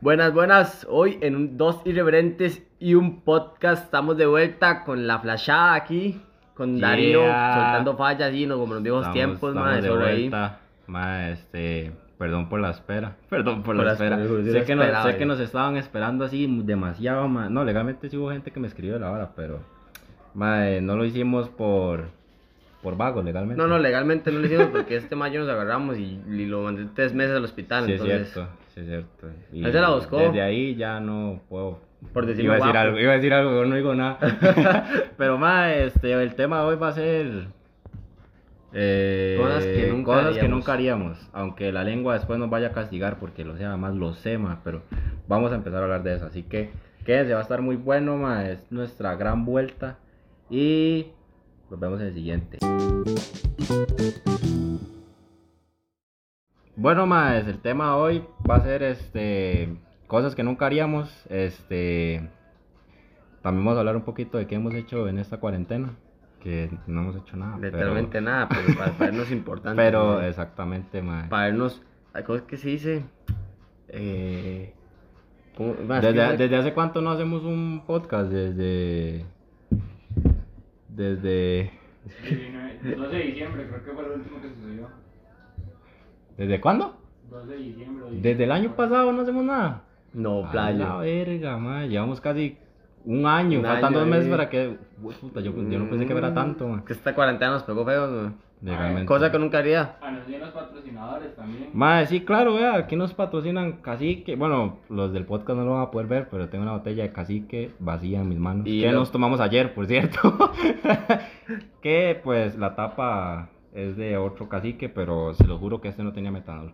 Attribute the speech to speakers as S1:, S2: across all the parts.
S1: Buenas, buenas. Hoy en un, dos irreverentes y un podcast estamos de vuelta con la flashada aquí, con
S2: Yeah.
S1: Darío soltando fallas y nos como los viejos
S2: Estamos-
S1: tiempos,
S2: estamos
S1: madre,
S2: de
S1: sobre ahí.
S2: vuelta. Ma, este, perdón por la espera. Perdón por,
S1: Por la
S2: la espera.
S1: espera, yo la
S2: Sé que, nos,
S1: esperaba,
S2: sé
S1: yo.
S2: que nos estaban esperando así demasiado, ma. No, legalmente sí hubo gente que me escribió la hora, pero ma, eh, no lo hicimos por por vago legalmente.
S1: No, no, legalmente no lo hicimos porque este mayo nos agarramos y, y lo mandé tres meses al hospital,
S2: Sí,
S1: entonces.
S2: es cierto, sí es cierto. Y
S1: Ahí se la buscó.
S2: Desde ahí ya no puedo.
S1: Por decirme
S2: iba a decir
S1: guapo.
S2: algo, iba a decir algo, pero no digo nada. pero más, este, el tema de hoy va a ser eh,
S1: Cosas que nunca
S2: cosas que
S1: haríamos.
S2: nunca haríamos, aunque la lengua después nos vaya a castigar porque lo sea más lo sé, ma, pero vamos a empezar a hablar de eso, así que quédense, va a estar muy bueno, ma, es nuestra gran vuelta y nos vemos en el siguiente. Bueno, maes, el tema hoy va a ser este cosas que nunca haríamos, este también vamos a hablar un poquito de qué hemos hecho en esta cuarentena, que no hemos hecho nada. pero-
S1: Literalmente nada, pero para, para irnos importante.
S2: Pero,
S1: madre.
S2: exactamente, mae.
S1: para irnos. Hay cosas que se dice.
S2: Eh,
S1: ¿Cómo? Ma, es que
S2: desde,
S1: no-
S2: desde hace cuánto no hacemos un podcast desde desde
S3: 12 de diciembre, creo que fue el último que sucedió.
S2: ¿Desde cuándo?
S3: 12 de diciembre.
S2: Desde el año pasado no hacemos nada.
S1: No,
S2: A
S1: playa.
S2: Ah, la verga, ma. Llevamos casi un año.
S1: Un
S2: faltan
S1: año
S2: dos meses
S1: ahí.
S2: para que. Uy, puta, yo, yo no pensé que era tanto, ma.
S1: Mm, Que esta cuarentena nos pegó feo, ma.
S2: Legalmente.
S1: Cosa que nunca haría.
S3: A nos dieron los patrocinadores también.
S2: Ma, sí, claro, vea. Aquí nos patrocinan cacique. Bueno, los del podcast no lo van a poder ver, pero tengo una botella de cacique vacía en mis manos.
S1: Y
S2: que
S1: lo-
S2: nos tomamos ayer, por cierto. que pues la tapa es de otro cacique, pero se lo juro que este no tenía metanol.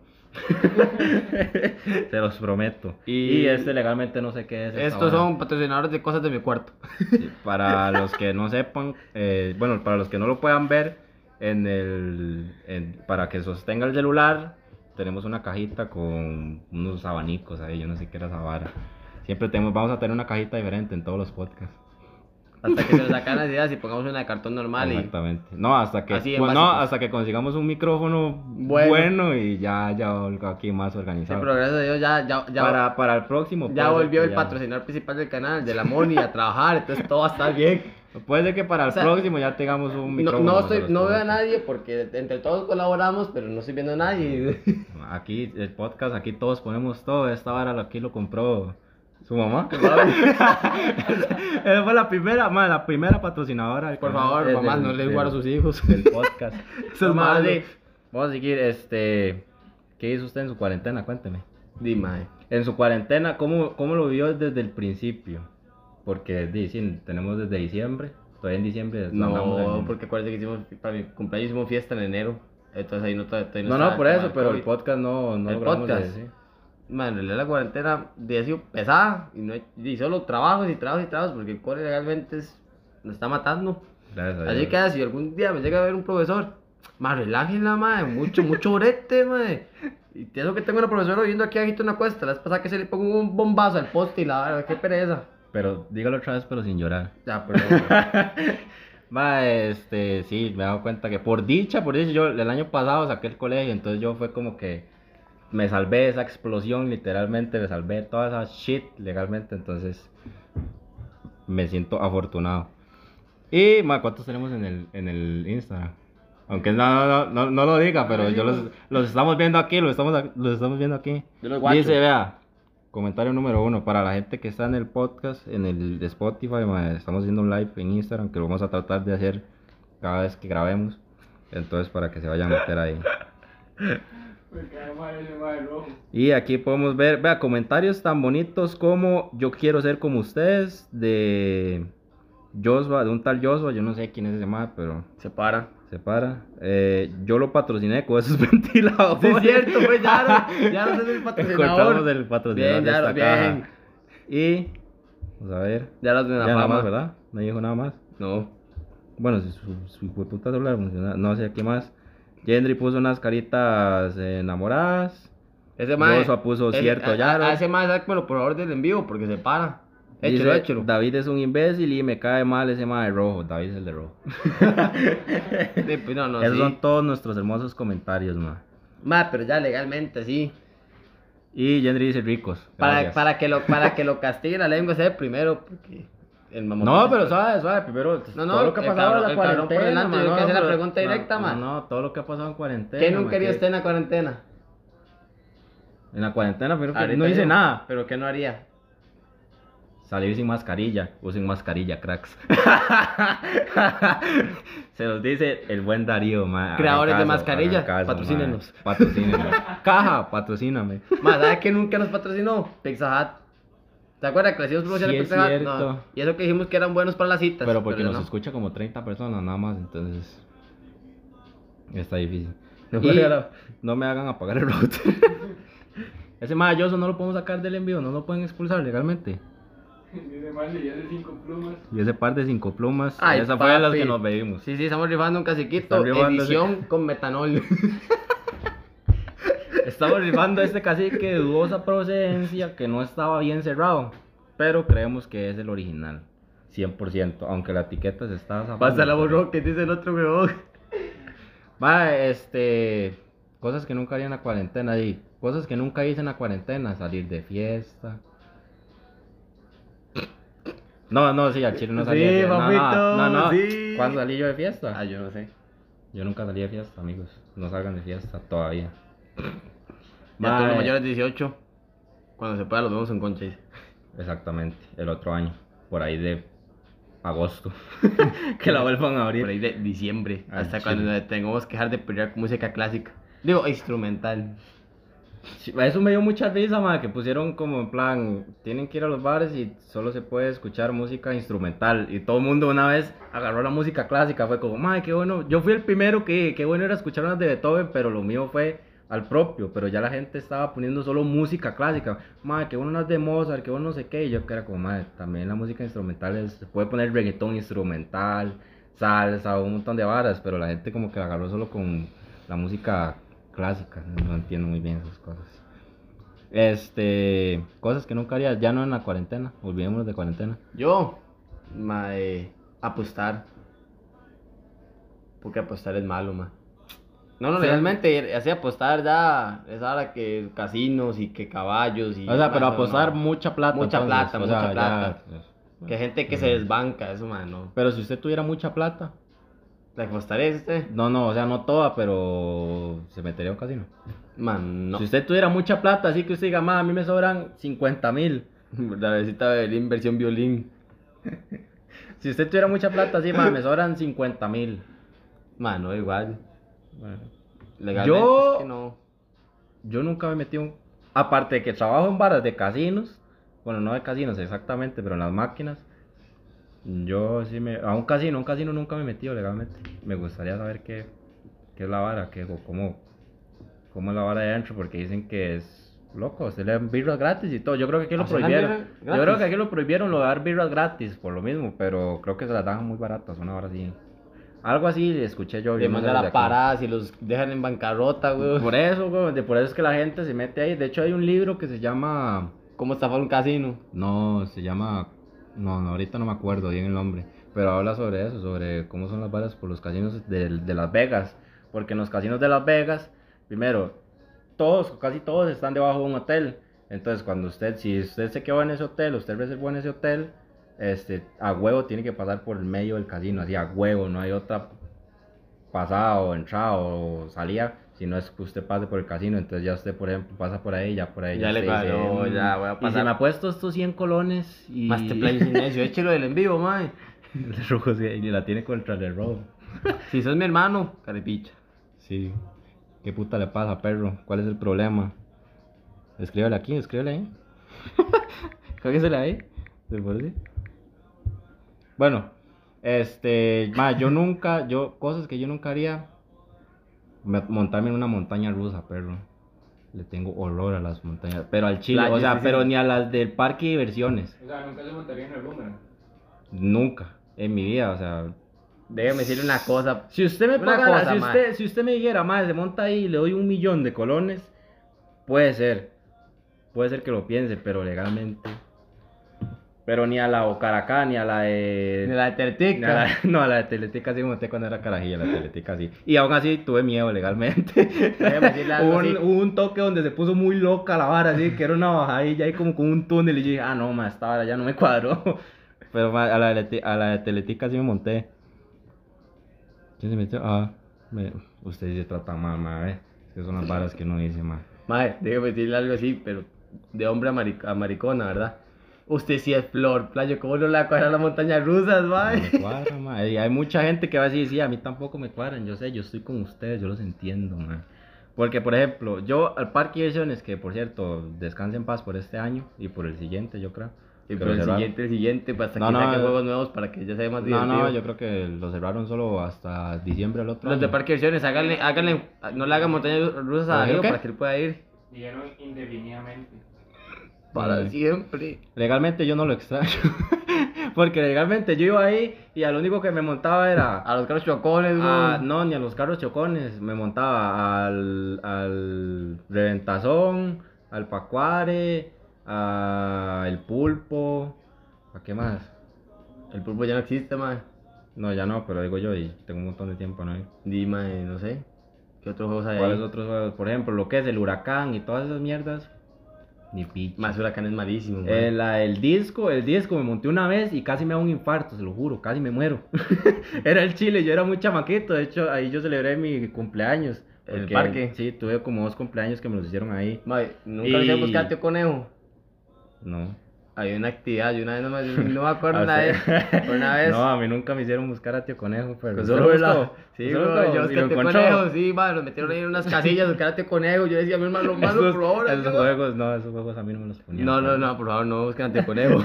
S2: se los prometo.
S1: Y-
S2: Y, este legalmente no sé qué es. esta
S1: Estos
S2: vara.
S1: son patrocinadores de cosas de mi cuarto.
S2: Sí, para los que no sepan, eh, bueno, para los que no lo puedan ver, en el, en- para que sostenga el celular, tenemos una cajita con unos abanicos ahí, yo no sé qué era esa vara. Siempre tenemos, vamos a tener una cajita diferente en todos los podcasts.
S1: Hasta que se nos sacan las ideas y pongamos una de cartón normal y
S2: Exactamente. No, hasta que,
S1: Así, en
S2: bueno, no,
S1: básicos.
S2: hasta que consigamos un micrófono
S1: Bueno.
S2: bueno, y ya, ya algo aquí más
S1: el
S2: organizado.
S1: progreso de Dios ya, ya, ya,
S2: para, para el próximo.
S1: ya
S2: puede ser
S1: volvió
S2: que
S1: el
S2: ya-
S1: patrocinador principal del canal, de la Moni, a trabajar, entonces todo va a estar bien.
S2: Puede ser que para el
S1: O sea,
S2: próximo ya tengamos un
S1: No,
S2: micrófono.
S1: no,
S2: de
S1: estoy-
S2: los
S1: no veo a
S2: podcasts.
S1: nadie porque entre todos colaboramos, pero no estoy viendo a nadie.
S2: Aquí el podcast, aquí todos ponemos todo. Esta vara lo- aquí lo compró su mamá. Esa fue la primera, ma, la primera patrocinadora. del
S1: Por
S2: canal,
S1: favor,
S2: eh,
S1: mamá,
S2: del-
S1: no le
S2: del-
S1: guardo a sus hijos.
S2: Del podcast.
S1: Eso es
S2: Ma,
S1: malo.
S2: sí. Vamos a seguir, este, ¿qué hizo usted en su cuarentena? Cuénteme.
S1: Dime,
S2: En su cuarentena, ¿cómo, cómo lo vio desde el principio? Porque dicen, tenemos desde diciembre, todavía en diciembre. andamos
S1: no,
S2: en-
S1: porque acuérdate que hicimos, para mi cumpleaños hicimos fiesta en enero, entonces ahí no to- todavía
S2: No,
S1: estaba
S2: no, por
S1: el tema
S2: eso,
S1: del
S2: pero el
S1: COVID.
S2: podcast no, no
S1: El
S2: logramos de-
S1: podcast.
S2: sí.
S1: Man, en realidad la cuarentena de- ha sido pesada y, no he- y solo trabajos y trabajos y trabajos porque el core legalmente es- nos está matando.
S2: Gracias a
S1: Así
S2: Dios.
S1: que ah, si algún día me llega a ver un profesor, más relájenla, madre, mucho, mucho brete, madre. Y eso que tengo una profesora viendo aquí abajito una cuesta, la vez pasada que se le pongo un bombazo al poste y la verdad, qué pereza.
S2: Pero dígalo otra vez, pero sin llorar.
S1: Ya, pero
S2: Ma, este, sí, me he dado cuenta que por dicha, por dicha, yo el año pasado saqué el colegio, entonces yo fue como que me salvé de esa explosión, literalmente, me salvé de toda esa shit legalmente, entonces me siento afortunado. Y, ma, ¿cuántos tenemos en el, en el Instagram? Aunque no, no, no, no, no lo diga, pero yo los, los estamos viendo aquí, los estamos, a- los estamos viendo aquí.
S1: Yo los guacho.
S2: Dice, vea, comentario número uno, para la gente que está en el podcast, en el de Spotify, ma, estamos haciendo un live en Instagram que lo vamos a tratar de hacer cada vez que grabemos. Entonces, para que se vayan a meter ahí.
S3: Porque además ese Pues madre rojo.
S2: Y aquí podemos ver, vea, comentarios tan bonitos como yo quiero ser como ustedes, de Joshua, de un tal Joshua, yo no sé quién es ese más, pero
S1: se para.
S2: se para. Eh, yo lo patrociné con esos ventiladores.
S1: Sí, es cierto, pues ya, no- ya no es el
S2: Cortamos
S1: patrocinador.
S2: el patrocinador
S1: Bien,
S2: de
S1: ya,
S2: esta
S1: bien.
S2: caja. Y, vamos a ver,
S1: Ya las de la
S2: ya nada
S1: fama.
S2: más, ¿verdad? No dijo nada más.
S1: No.
S2: Bueno, si su, su hijo de puta celular funciona, no sé qué más. Gendry puso unas caritas eh, enamoradas.
S1: Ese mae.
S2: Joshua puso
S1: ese-
S2: cierto,
S1: a- a-
S2: Yaro.
S1: A ese mae, sácmelo por favor del envío porque se para. Échelo,
S2: Dice,
S1: échelo.
S2: David es un imbécil y me cae mal ese mae rojo. David es el de rojo.
S1: Sí, pues, no, no,
S2: Esos
S1: sí.
S2: son todos nuestros hermosos comentarios, ma.
S1: Mae, pero ya legalmente, sí.
S2: Y Yendri dice ricos.
S1: Para,
S2: gracias.
S1: para, que lo, para que lo castigue la lengua ese primero, porque el mamón.
S2: No, pero suave, suave, primero.
S1: No, no,
S2: todo lo que ha
S1: el
S2: pasado en la
S1: cabrón- el cabrón por
S2: cuarentena.
S1: delante, yo
S2: ma,
S1: tengo que hacer la
S2: pero-
S1: pregunta directa,
S2: no,
S1: ma.
S2: No, todo lo que ha pasado en cuarentena.
S1: ¿Qué
S2: ma,
S1: nunca haría
S2: que-
S1: usted en la cuarentena?
S2: En la cuarentena, pero que
S1: Ahorita
S2: no hice
S1: digo,
S2: nada.
S1: ¿Pero qué no haría?
S2: Salir sin mascarilla, usen mascarilla, cracks. Se los dice el buen Darío, ma.
S1: Creadores
S2: Hagan
S1: de mascarilla,
S2: hagan ma.
S1: patrocínenos.
S2: Patrocínenos. Caja, patrocíname.
S1: Más, ¿sabes que nunca nos patrocinó? Pizza Hut. ¿Te acuerdas que le hicimos promoción
S2: Sí,
S1: a
S2: es
S1: Pizza Hut?
S2: cierto.
S1: No. Y eso que dijimos que eran buenos para las citas.
S2: Pero porque nos
S1: no.
S2: escucha como 30 personas nada más, entonces. Está difícil. No,
S1: No
S2: me
S1: me
S2: hagan, apagar el router. Ese mayoso no lo podemos sacar del envío, no lo pueden expulsar legalmente.
S3: Dice mal, le hace cinco plumas.
S2: Y ese par de cinco plumas,
S1: Ay,
S2: esa fue de las
S1: papi.
S2: que nos bebimos.
S1: Sí, sí, estamos rifando un caciquito.
S2: Están rifando ese-
S1: Edición con metanol.
S2: Estamos rifando este cacique de dudosa procedencia que no estaba bien cerrado, pero creemos que es el original, 100%, aunque la etiqueta se está zafando.
S1: Pasa la borró que dice el otro huevón.
S2: Va, este, cosas que nunca haría en la cuarentena, di, cosas que nunca hice en la cuarentena, salir de fiesta. No, no, sí, al chile no salí de
S1: Sí,
S2: fiesta. no,
S1: papito,
S2: no, no, no.
S1: sí.
S2: ¿Cuándo salí Ah, yo de fiesta?
S1: yo no sé.
S2: Yo nunca salí de fiesta, amigos. No salgan de fiesta todavía.
S1: Ya todos
S2: Va,
S1: los mayores de 18. Cuando se pueda los vemos en concha. dice.
S2: Exactamente, el otro año, por ahí de agosto. que la vuelvan a abrir.
S1: Por ahí de diciembre.
S2: Al
S1: hasta
S2: Ah, chile.
S1: cuando tengamos que dejar de pelear con música clásica. Digo, instrumental.
S2: Sí, Eso me dio mucha risa, ma, que pusieron como en plan, tienen que ir a los bares y solo se puede escuchar música instrumental. Y todo el mundo una vez agarró la música clásica, fue como, madre, qué bueno. Yo fui el primero que, qué bueno era escuchar unas de Beethoven, pero lo mío fue al propio, pero ya la gente estaba poniendo solo música clásica. Madre, qué bueno unas de Mozart, qué bueno no sé qué. Y yo que era como, madre, también la música instrumental es- se puede poner reggaetón instrumental, salsa, un montón de varas, pero la gente como que la agarró solo con la música clásica. No entiendo muy bien esas cosas. Este, cosas que nunca haría, ya no en la cuarentena, olvidémonos de cuarentena.
S1: Yo, mae, apostar. Porque apostar es malo, ma. No, no,
S2: Sí.
S1: realmente, así apostar ya es ahora que casinos y que caballos y...
S2: o sea, pero
S1: mae,
S2: apostar
S1: no, no.
S2: mucha plata.
S1: Mucha plata,
S2: o
S1: mucha
S2: sea,
S1: plata.
S2: ya-
S1: Que gente que se desbanca, eso, ma, no.
S2: Pero si usted tuviera mucha plata,
S1: ¿La apostar es este?
S2: no, no, o sea, no toda, pero se metería a un casino.
S1: Man, no.
S2: Si usted tuviera mucha plata, así que usted diga, "Ma, a mí me sobran 50 mil.
S1: La visita de violín, versión violín.
S2: Si usted tuviera mucha plata, así, "Ma, me sobran 50 mil.
S1: Man, no, igual. Legalmente
S2: Yo-
S1: es que no.
S2: Yo nunca me metí un. Aparte de que trabajo en varas de casinos, bueno, no de casinos exactamente, pero en las máquinas. Yo sí me. A un casino, a un casino nunca me he metido legalmente. Me gustaría saber qué, qué es la vara, qué, o cómo, cómo es la vara de adentro, porque dicen que es loco, se le dan birras gratis y todo. Yo creo que aquí
S1: Ah,
S2: lo
S1: ¿se dan
S2: prohibieron.
S1: birras
S2: Yo creo
S1: gratis?
S2: que aquí lo prohibieron lo de dar birras gratis, por lo mismo, pero creo que se las dan muy baratas, una hora así. Algo así escuché yo.
S1: Le
S2: yo no sé
S1: mandan
S2: de
S1: a
S2: aquí.
S1: parar si los dejan en bancarrota, weón.
S2: Por eso, güey, de por eso es que la gente se mete ahí. De hecho, hay un libro que se llama.
S1: ¿Cómo estafar un casino?
S2: No, se llama. No, no, ahorita no me acuerdo bien el nombre. Pero habla sobre eso, sobre cómo son las varas por los casinos de, de Las Vegas. Porque en los casinos de Las Vegas, primero, todos, casi todos están debajo de un hotel. Entonces, cuando usted, si usted se quedó en ese hotel, usted reservó en ese hotel, este, a huevo tiene que pasar por el medio del casino, así a huevo, no hay otra pasada o entrada o salida, si no es que usted pase por el casino, entonces ya usted, por ejemplo, pasa por ahí, ya por ahí.
S1: Ya le
S2: usted dice,
S1: ganó,
S2: "Mm,
S1: ya voy a
S2: Y si
S1: pasar".
S2: me apuesto estos 100 colones y...
S1: Más te play sin eso, échelo del en vivo, mae.
S2: El rojo, sí, y la tiene contra el robo.
S1: Si sos mi hermano, carepicha.
S2: Sí. ¿Qué puta le pasa, perro? ¿Cuál es el problema? Escríbele aquí, escríbele ahí. Cáguesele ahí. ¿Te parece? Bueno, este. ma, yo nunca. yo Cosas que yo nunca haría. me- Montarme en una montaña rusa, perro. Le tengo horror a las montañas. Pero al chile.
S1: Playa,
S2: o sea,
S1: sí, sí,
S2: pero
S1: sí.
S2: ni a las del parque de diversiones.
S3: O sea, nunca se montaría en el boomerang.
S2: Nunca. En mi vida, o sea.
S1: Déjame decirle una cosa.
S2: Si usted me
S1: Una
S2: pagara,
S1: cosa,
S2: si,
S1: mae.
S2: usted, si usted me dijera, madre, se monta ahí y le doy un millón de colones, puede ser. Puede ser que lo piense, pero legalmente. Pero ni a la Ocaracá, ni a la de.
S1: De la de
S2: ni a
S1: Tertica.
S2: la- no, a la de Teletica sí me monté cuando era carajilla, la de Teletica sí. Y aún así tuve miedo legalmente.
S1: Déjame decirle algo
S2: Hubo un,
S1: así.
S2: hubo un toque donde se puso muy loca la vara, así que era una bajadilla ahí como con un túnel. Y yo dije, ah, no, ma, esta vara ya no me cuadró. Pero ma, a, la de, Leti- a la de Teletica sí me monté. ¿Quién se metió? Ah, me- usted se trata mal, ma, eh. Es que son las varas que no dice, ma.
S1: Mae, déjeme decirle algo así, pero de hombre a, mari- a maricona, ¿verdad? Usted sí es flor, playo, ¿cómo no la cuadra las montañas rusas,
S2: No
S1: mae?
S2: me cuadra, ma. Y hay mucha gente que va a decir, sí, a mí tampoco me cuadran, yo sé, yo estoy con ustedes, yo los entiendo, ma. Porque, por ejemplo, yo al Parque Diversiones, que por cierto, descanse en paz por este año y por el siguiente, yo creo.
S1: Y
S2: que
S1: por
S2: lo
S1: el
S2: cerraron.
S1: siguiente, el siguiente, pues, hasta
S2: No,
S1: que
S2: no,
S1: saquen
S2: eh.
S1: juegos nuevos para que ya sea más
S2: No,
S1: divertido.
S2: no, yo creo que lo cerraron solo hasta diciembre del otro
S1: Los de
S2: año.
S1: Parque Versiones, háganle, háganle, no le hagan montañas rusas a
S2: ¿Pero
S1: Darío
S2: qué?
S1: para que él pueda ir
S3: Dijeron indefinidamente.
S1: para
S2: Sí.
S1: siempre.
S2: Legalmente yo no lo extraño. Porque legalmente yo iba ahí y a lo único que me montaba era...
S1: A los carros chocones, güey.
S2: Ah, no, ni a los carros chocones. Me montaba al, al Reventazón, al Pacuare, al Pulpo. ¿A qué más?
S1: El pulpo ya no existe, mae.
S2: No, ya no, pero digo yo y tengo un montón de tiempo, ¿no?
S1: Di, mae, no sé. ¿Qué otros juegos hay
S2: ¿Cuáles
S1: ahí?
S2: otros juegos? Por ejemplo, lo que es el Huracán y todas esas mierdas. Ni picha.
S1: Más huracán es malísimo, mae.
S2: Eh, la- El, disco, el disco me monté una vez y casi me da un infarto, se lo juro, casi me muero. era el Chile, yo era muy chamaquito, de hecho ahí yo celebré mi cumpleaños.
S1: ¿En el
S2: porque,
S1: parque?
S2: Sí, tuve como dos cumpleaños que me los hicieron ahí.
S1: Mae, nunca lo hicieron
S2: Y-
S1: buscar tío conejo.
S2: No.
S1: Había una actividad, yo una vez no me, no me acuerdo Ah, una vez. por Una vez.
S2: Ah, No, a mí nunca me hicieron buscar a Tío Conejo, pero...
S1: Con
S2: ¿usted
S1: solo
S2: lo
S1: verla-
S2: buscó?
S1: Sí,
S2: ¿Usted
S1: bro,
S2: lo buscó?
S1: yo
S2: ¿Y lo
S1: buscate
S2: encontró?
S1: conejo, sí, madre, los metieron ahí en unas casillas, buscate conejo. Yo decía, mi hermano, hermano,
S2: Esos,
S1: por favor.
S2: esos
S1: ayuda".
S2: juegos, no, esos juegos a mí no me los ponían.
S1: No, no,
S2: pero-
S1: no, por favor, no buscate conejo.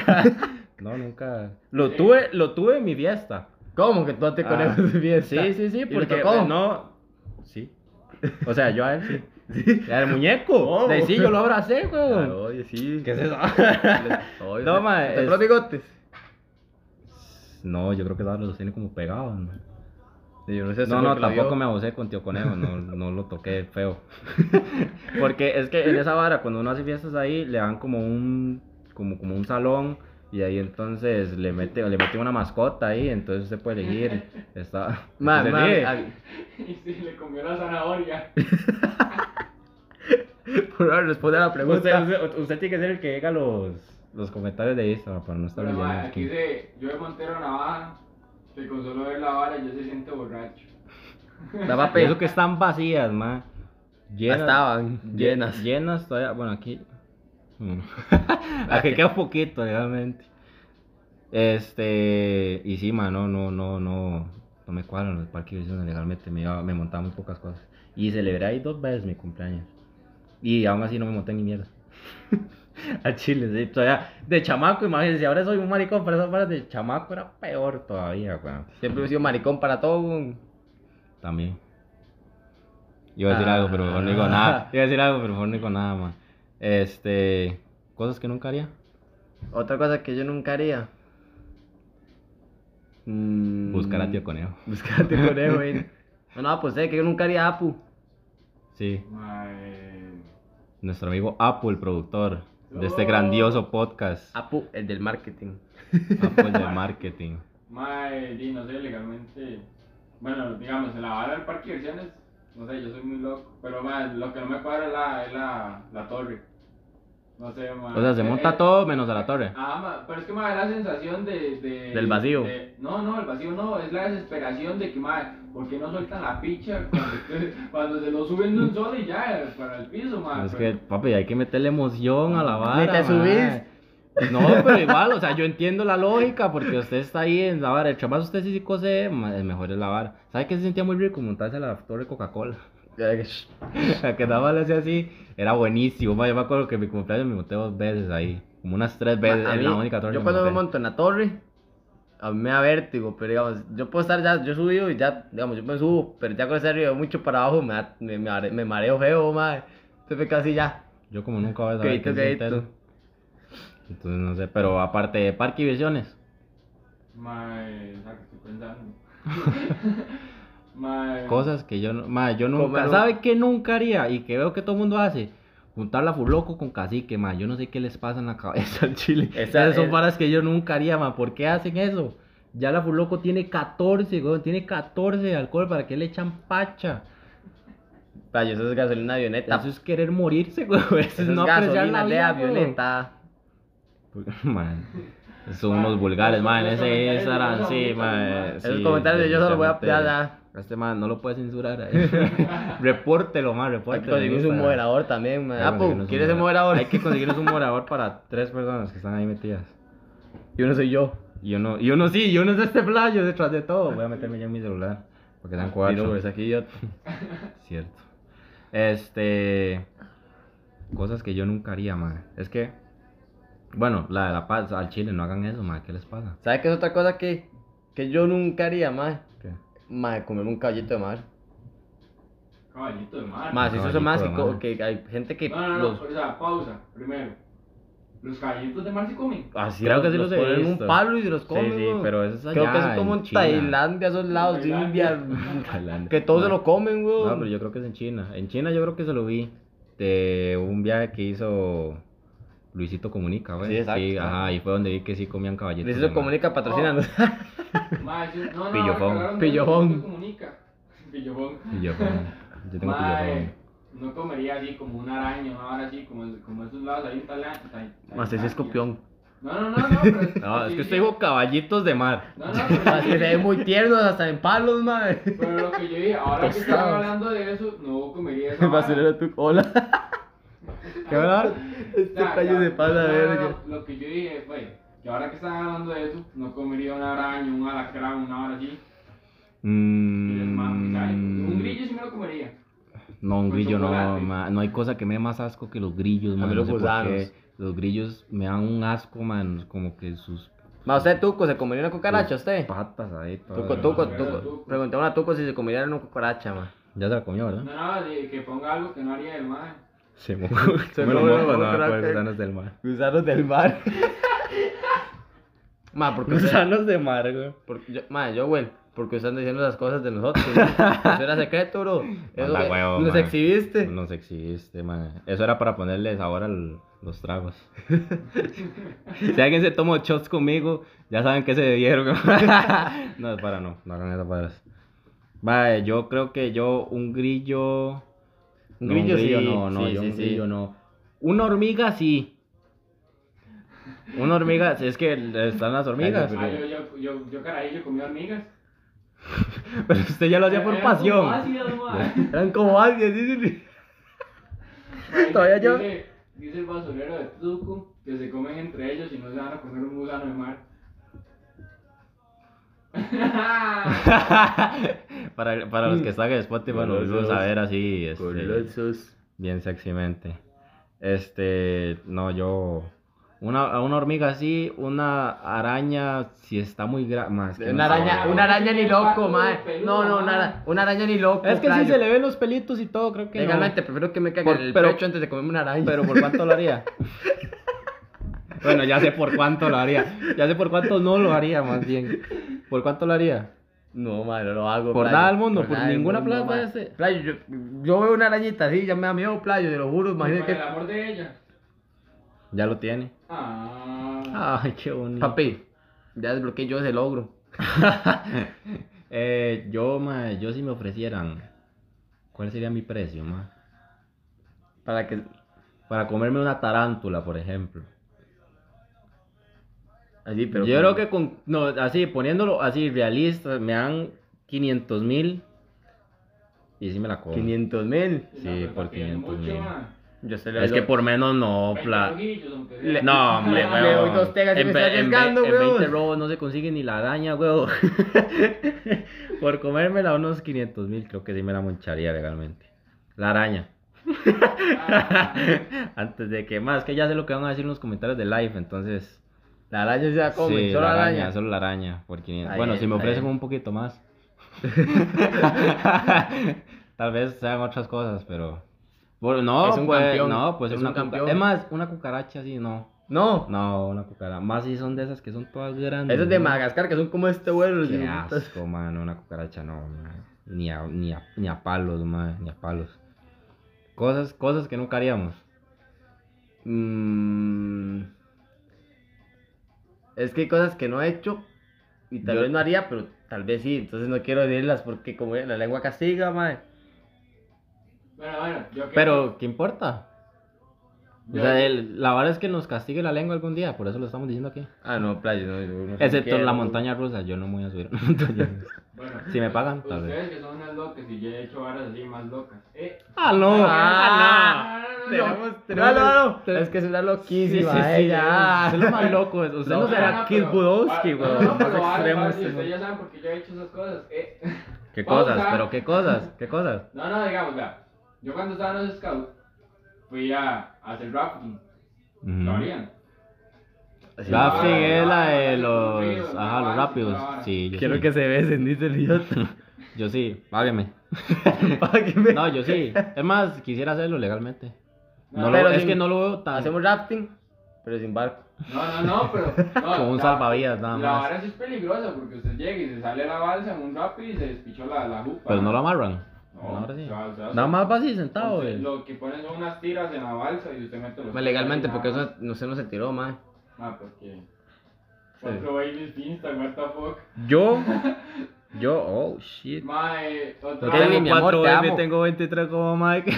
S2: No, nunca. Lo tuve, lo tuve en mi fiesta.
S1: ¿Cómo que tú te conejo
S2: Ah,
S1: en tu fiesta?
S2: Sí, sí, sí,
S1: ¿Y le
S2: porque pues,
S1: tocó?
S2: no. Sí. O sea, yo a él sí. Al muñeco.
S1: Oh.
S2: De ahí sí, yo lo abracé,
S1: Ah,
S2: güey.
S1: Oye, sí.
S2: ¿Qué es
S1: Les-
S2: eso?
S1: oye,
S2: No,
S1: sí.
S2: ma,
S1: ¿Te
S2: es-
S1: los bigotes?
S2: No, yo creo que ahora los tiene como pegados, man.
S1: yo no sé,
S2: No, no, tampoco me abusé con tío Conejo, no, no lo toqué feo. Porque es que en esa vara, cuando uno hace fiestas ahí, le dan como un, como, como un salón y ahí entonces le mete, le mete una mascota ahí, entonces usted puede elegir. Está,
S1: Ma,
S2: se
S1: ma,
S2: ríe.
S1: a-
S3: Y si le comió la zanahoria.
S1: por favor, responde a la
S2: Usted,
S1: pregunta.
S2: usted- usted tiene que ser el que llega los, los comentarios de Instagram para no estar
S3: Pero,
S2: leyendo
S3: ma,
S2: aquí.
S3: aquí se. Yo de Montero Navaja, que con solo ver la vara yo se siento borracho.
S1: La
S2: Y
S1: papel.
S2: eso que están vacías, ma. Llenas-
S1: Estaban
S2: lle-
S1: llenas.
S2: Llenas todavía. Bueno, aquí. Mm. aquí queda poquito, realmente. Este. Y sí, ma, no, no, no, no. No me cuadran los parques de diversiones legalmente. Me, iba- me montaba muy pocas cosas. Y celebré ahí dos veces mi cumpleaños. Y aún así no me monté ni mierda. A Chile, sí, todavía. De chamaco, imagínense, ahora soy un maricón, pero esas varas de chamaco era peor todavía, weón.
S1: Siempre he sido maricón para todo. güey.
S2: También. Iba a decir
S1: Ah.
S2: algo, pero mejor no digo nada. Iba a decir algo, pero mejor no digo nada más. Este. Cosas que nunca haría.
S1: Otra cosa que yo nunca haría. Mm,
S2: Buscar a tío conejo.
S1: Buscar a tío conejo, güey. No, no, pues sé que yo nunca haría Apu.
S2: Sí.
S3: Ma, eh,
S2: Nuestro amigo Apu, el productor de este grandioso podcast.
S1: Apu, el del marketing.
S2: Apu el de marketing.
S3: ma, eh, di, no sé, legalmente. Bueno, digamos, en la vara del parque de diversiones, no sé, yo soy muy loco. Pero, ma, lo que no me cuadra es la, es la, la torre. No sé, ma.
S2: O sea, se
S3: Eh,
S2: monta
S3: eh,
S2: todo menos a la torre.
S3: Ah, ma, pero es que me da la sensación de, de-
S1: Del vacío.
S3: de- no, no, el vacío no, es la desesperación de que, ma, ¿por qué no sueltan la picha cuando, cuando se lo suben de un solo y ya, para el piso, ma?
S2: Es que,
S3: Ah, pero-
S2: papi, hay que meterle emoción a la vara.
S1: Ni te
S2: ma.
S1: subís.
S2: No, pero igual, o sea, yo entiendo la lógica porque usted está ahí en la vara. El más usted sí cose, ma, el mejor es la vara. ¿Sabe qué se sentía muy rico? Montarse a la torre Coca-Cola. La que nada más le hacía así, era buenísimo. ma. Yo me acuerdo que en mi cumpleaños me monté dos veces ahí, como unas tres veces.
S1: A
S2: en
S1: mí,
S2: la única torre
S1: yo
S2: que
S1: cuando me
S2: monté.
S1: monto en la torre, a mí me da vértigo, pero digamos, yo puedo estar ya, yo he subido y ya, digamos, yo me subo, pero ya con ese río mucho para abajo me, da- me, me, are- me mareo feo, madre. Entonces casi ya.
S2: Yo como nunca voy a saber
S1: Quedito,
S2: qué se siente
S1: quedito.
S2: eso. Entonces no sé, pero aparte de parque y visiones,
S3: Ma, eh, ah, estoy pensando. ma, eh,
S2: cosas que yo, no- ma, yo nunca,
S1: Comer un-
S2: ¿sabe qué nunca haría? Y que veo que todo el mundo hace, Juntarla full loco con cacique, ma. Yo no sé qué les pasa en la cabeza al chile.
S1: Esa-
S2: Esas son
S1: es-
S2: varas que yo nunca haría, ma. ¿Por qué hacen eso? Ya la full loco tiene 14, weón. Tiene 14 de alcohol. ¿Para qué le echan pacha?
S1: Playo, eso es gasolina avioneta.
S2: Eso es querer morirse, weón. Eso,
S1: Eso es
S2: es no apreciar la
S1: gasolina de
S2: vida, weón.
S1: avioneta.
S2: Man, son unos vulgares, man. Ese Instagram, sí, man.
S1: Esos
S2: sí,
S1: comentarios yo solo voy a- ya, ya.
S2: Este man no lo puede censurar. ahí. repórtelo, man,
S1: Hay que
S2: repórtelo. en
S1: conseguir un
S2: Instagram.
S1: moderador también, man.
S2: Hay que
S1: Ah,
S2: conseguirnos un
S1: ¿quieres ser moderador?
S2: Hay que conseguirnos un moderador para tres personas que están ahí metidas.
S1: Yo no soy yo.
S2: Y uno, y uno sí, y uno es este playo detrás de todo. Voy a meterme ya en mi celular. Porque dan
S1: Mi
S2: cuatro.
S1: número es aquí yo.
S2: Cierto. Este. Cosas que yo nunca haría, man. Es que. Bueno, la de la paz al chile, no hagan eso, man. ¿Qué les pasa?
S1: ¿Sabes qué es otra cosa que, que yo nunca haría, más?
S2: ¿Qué?
S1: Más comerme un caballito de mar.
S3: Caballito de mar.
S1: Más, eso es
S2: caballito
S1: más
S2: de
S1: que, co-
S2: mar.
S1: que hay gente que
S3: No, no, pues, no,
S1: los
S3: o sea, pausa, primero. Los caballitos de mar se comen.
S1: así
S2: Creo
S1: los-
S2: que Ah, sí
S1: los
S2: los he
S1: ponen en un
S2: visto.
S1: palo y se los
S2: Sí,
S1: comen.
S2: sí,
S1: weón.
S2: pero eso es
S1: Creo
S2: allá,
S1: que eso es como en,
S2: en China.
S1: Tailandia, esos lados de
S3: Tailandia.
S1: India.
S2: Tailandia.
S1: Que todos se
S2: No.
S1: lo comen, weón.
S2: No, pero yo creo que es en China. En China yo creo que se lo vi de un viaje que hizo Luisito Comunica, güey.
S1: Sí, exacto, exacto.
S2: ajá, y fue donde vi que sí comían caballitos.
S1: Les
S2: de
S1: hizo
S2: mar.
S1: comunica patrocinando.
S3: Oh. Mae, sí, no, no,
S2: Pillofón.
S3: ahora cagaron de
S1: Pillofón.
S3: eso, Comunica. Pillofón.
S2: Y yo, como, yo tengo
S3: Mae,
S2: pillofón.
S3: no comería así como una araña, ahora así como, como esos lados ahí en Tailandia.
S1: Más ese escopión.
S3: No, no, no, no. pero
S2: No, es que
S3: sí,
S2: usted
S3: sí.
S2: dijo caballitos de mar.
S3: No, no, pero-
S1: Más que se ven muy tiernos hasta en palos, madre.
S3: Pero lo que yo dije, ahora que estamos
S1: Tostados.
S3: hablando de eso, no comería eso.
S1: Basurero tu hola.
S2: ¿Qué hablar?
S1: Este playo se pasa de verga.
S3: Lo que yo dije fue que ahora que están hablando de eso, no comería una araña, un alacrán, una hora así.
S2: Mm,
S3: Y es más, o sea, Un grillo sí me lo comería.
S2: No, un
S3: Con
S2: grillo no,
S3: chocolate.
S2: ma, no hay cosa que me dé más asco que los grillos, man.
S1: mí
S2: no
S1: los
S2: sé por
S1: gusanos.
S2: qué. Los grillos me dan un asco, man, como que sus
S1: Más usted, Tuco, ¿se comería una cucaracha usted?
S2: patas ahí. todas
S1: Tuco,
S2: las-
S1: Tuco,
S3: no, no,
S1: Tuco.
S3: Tuco.
S1: Preguntaba a Tuco si se comería una cucaracha, ma.
S2: Ya se la comió, ¿verdad?
S3: No, no, de que ponga algo que no haría el mae.
S2: Se mojó.
S1: Se
S2: bueno,
S1: mojó,
S2: mojo, no,
S1: creo
S2: pues,
S1: que-
S2: gusanos del mar.
S1: Gusanos del mar. ma, porque usted,
S2: de mar, güey.
S1: porque yo, ma, yo, güey, porque están diciendo las cosas de nosotros. güey. Eso era secreto, bro. Eso,
S2: Anda,
S1: eh,
S2: huevo,
S1: nos
S2: ma.
S1: exhibiste.
S2: No se existe, man. Eso era para ponerles ahora los tragos. si alguien se tomó shots conmigo, ya saben que se debieron. no, es para no, no hagan esas varas. Vale, yo creo que yo un grillo.
S1: Un
S2: no,
S1: grillo sí,
S2: no, no,
S1: sí,
S2: yo
S1: sí,
S2: un
S1: sí.
S2: grillo no. Una hormiga sí. Una hormiga, es que están las hormigas.
S3: Ah, yo, yo, yo, yo carajillo comí hormigas.
S2: Pero usted ya lo hacía por
S3: Eran como
S2: pasión.
S3: ácidas, mae.
S1: Eran como alguien, sí, sí, sí. Todavía yo-
S3: Dice, dice el basurero de Tuco que se comen entre ellos y no se van a comer un gusano de mar.
S2: para, para Mm. los que están en Spotify, bueno, lo vamos a ver así, este,
S1: Colosos.
S2: bien sexymente. Este, no, yo. Una, a una hormiga así, una araña, si está muy grande. Más que
S1: Una
S2: no sé,
S1: araña,
S2: güey.
S1: una araña ni loco, ma.
S3: Peludo,
S1: No, no,
S3: ma.
S1: nada. Una araña ni loco.
S2: Es que si
S1: playo.
S2: se le ven los pelitos y todo, creo que. no.
S1: Legalmente, prefiero que me caigan
S2: Por-
S1: el
S2: pero-
S1: pecho antes de comerme una araña.
S2: Pero ¿por cuánto lo haría? bueno, ya sé por cuánto lo haría. Ya sé por cuánto no lo haría, más bien. ¿Por cuánto lo haría?
S1: No, madre, no lo hago.
S2: Por
S1: playo.
S2: nada del mundo, por
S1: nada del
S2: ninguna
S1: mundo, ma.
S2: plata ese.
S1: Playo, yo, yo veo una arañita así, ya me da miedo, playo, te lo juro.
S3: Por
S1: Imagínate
S3: el
S1: que.
S3: amor de ella.
S2: Ya lo tiene.
S3: Ah.
S2: Ay, qué bonito.
S1: Papi, ya desbloqueé yo ese logro.
S2: Eh, yo, ma, yo si me ofrecieran, ¿cuál sería mi precio, ma?
S1: Para que.
S2: Para comerme una tarántula, por ejemplo.
S1: Así,
S2: Yo
S1: pero.
S2: creo que con, no, así, poniéndolo así, realista, me dan 500 mil y si me la como.
S1: 500 mil.
S2: Sí, por 500 mil.
S1: Yo se
S2: Es que por menos no, pla.
S3: Pla...
S2: No, hombre,
S1: Le doy
S2: weón.
S1: dos tegas y
S2: En
S1: me
S2: ve-
S1: está
S2: en ve-
S1: arriesgando,
S2: en
S1: weón.
S2: 20 robos no se consigue ni la araña, weón. Por comérmela unos 500 mil, creo que sí me la moncharía legalmente. La araña. Antes de que más, que ya sé lo que van a decir en los comentarios de live, entonces.
S1: La araña se la come,
S2: sí,
S1: solo
S2: la
S1: la araña.
S2: solo la araña. por 500.
S1: Está
S2: bueno,
S1: bien,
S2: si me
S1: está
S2: ofrecen
S1: bien.
S2: un poquito más. Tal vez sean otras cosas, pero. Bueno, no,
S1: Es un
S2: pues,
S1: campeón,
S2: no, pues
S1: es
S2: una
S1: un
S2: cuca-
S1: campeón.
S2: Es más, una cucaracha así, no.
S1: No,
S2: No, una cucaracha. Más si son de esas que son todas grandes.
S1: esos de
S2: ¿no?
S1: Madagascar que son como este vuelo.
S2: Qué asco, mano, una cucaracha no, man. Ni a, ni a, ni a palos, man, ni a palos. Cosas, cosas que nunca haríamos. Mm,
S1: Es que hay cosas que no he hecho y tal
S2: Yo-
S1: vez no haría, pero tal vez sí. Entonces no quiero decirlas porque como la lengua castiga, mae.
S3: Bueno, bueno, yo que-
S2: pero, ¿qué importa? O
S3: yo-
S2: sea, el- la verdad es que nos castigue la lengua algún día, por eso lo estamos diciendo aquí.
S1: Ah, no, playa, no. yo no sé
S2: Excepto
S1: qué,
S2: la
S1: no.
S2: montaña rusa, yo no me voy a subir a la montaña rusa.
S3: bueno, pues
S2: si me pagan, tal
S3: ustedes que son unas locas y yo he hecho varas así más locas. Eh,
S2: ¡Ah, no!
S1: Ah,
S3: no, no, no, no.
S1: Tenemos-
S2: No,
S1: tenemos-
S2: no, no.
S1: Es que es una
S2: Sí, sí, sí,
S1: loquísima.
S2: sí,
S1: ella.
S2: usted es lo más loco, es- usted
S1: No,
S2: no
S1: será
S3: no,
S1: Kid
S3: pero-
S1: Budowski,
S3: ah,
S1: weón,
S3: No, no,
S1: más
S3: pero vale,
S1: extremo
S3: vale,
S1: este,
S3: ustedes
S1: weón.
S3: ya saben por qué yo he hecho esas cosas. Eh.
S2: ¿Qué
S3: Pausa.
S2: cosas? ¿Pero qué cosas? ¿Qué cosas?
S3: No, no, digamos, vea. Yo cuando estaba en los scouts, fui a, a hacer rafting.
S2: Ujú.
S3: ¿Lo harían?
S1: Así,
S2: Rafting
S3: Ah,
S2: es la
S3: ah,
S2: de
S3: ah,
S2: los.
S3: los
S2: Ajá, los
S3: rápidos,
S2: rápidos.
S3: ah,
S2: Sí, yo
S1: Quiero
S2: sí.
S1: que se besen, dice el idiota.
S2: Yo sí, págueme.
S1: Págueme.
S2: No, yo sí. Es más, quisiera hacerlo legalmente. No
S3: No,
S2: lo-
S1: pero
S2: es
S1: sin-
S2: que no lo veo tan.
S1: Hacemos rafting, pero sin barco.
S3: No, no, no, pero. No,
S2: Con un
S3: la-
S2: salvavidas nada
S3: La
S2: más.
S3: vara sí es peligrosa porque usted llega y se sale la balsa en un rápido y se despichó la, la jupa.
S2: Pero Pues no lo amarran.
S3: No,
S2: Ahora sí.
S3: se va- se va-
S2: Nada más vas así sentado,
S3: Usted-
S2: güey.
S3: Lo que ponen son unas tiras en la balsa y usted mete los.
S1: Mae, Legalmente, porque
S3: Ah,
S1: eso no se no se tiró, mae.
S3: Ah, porque. Cuatro bailes de Instagram, what the fuck.
S1: Yo, yo, oh shit.
S3: Mae,
S1: No
S3: otra.
S1: te digo, mi amor, te
S2: baby,
S1: amo.
S2: tengo 23 como Mike.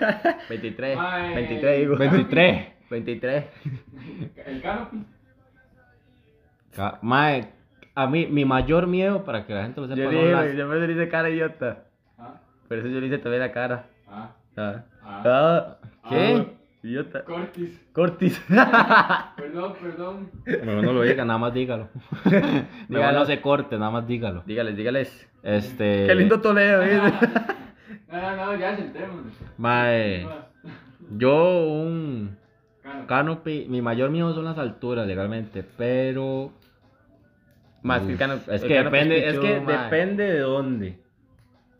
S1: 23,
S3: Mae.
S1: 23 digo.
S2: 23.
S1: 23.
S3: El pues. canopy.
S2: Ca- Mike, a mí, mi mayor miedo para que la gente lo sepa
S1: Yo
S2: son
S1: le dije,
S2: las-
S1: yo por eso le hice cara idiota.
S3: Ah,
S1: Por eso yo le hice también la cara.
S3: ah,
S1: Ah.
S3: ah.
S1: Ah, ¿Qué?
S3: Ah.
S1: Idiota.
S3: Cortis.
S1: Cortis.
S3: Perdón, perdón.
S2: Mejor no lo diga, nada más dígalo. Mejor
S1: Dígalo.
S2: no se corte, nada más dígalo.
S1: dígales, dígales.
S2: Este.
S1: Qué lindo Toledo, ¿eh? ¿viste?
S3: No, no, no, ya sentémonos.
S2: Mae,
S3: Ah,
S2: yo un
S3: Canopy.
S2: canopy, mi mayor miedo son las alturas legalmente, pero
S1: Más
S2: Uf,
S1: que el cano-
S2: es
S1: el
S2: que
S1: cano
S2: depende, es
S1: pichudo,
S2: que
S1: mae.
S2: depende de dónde.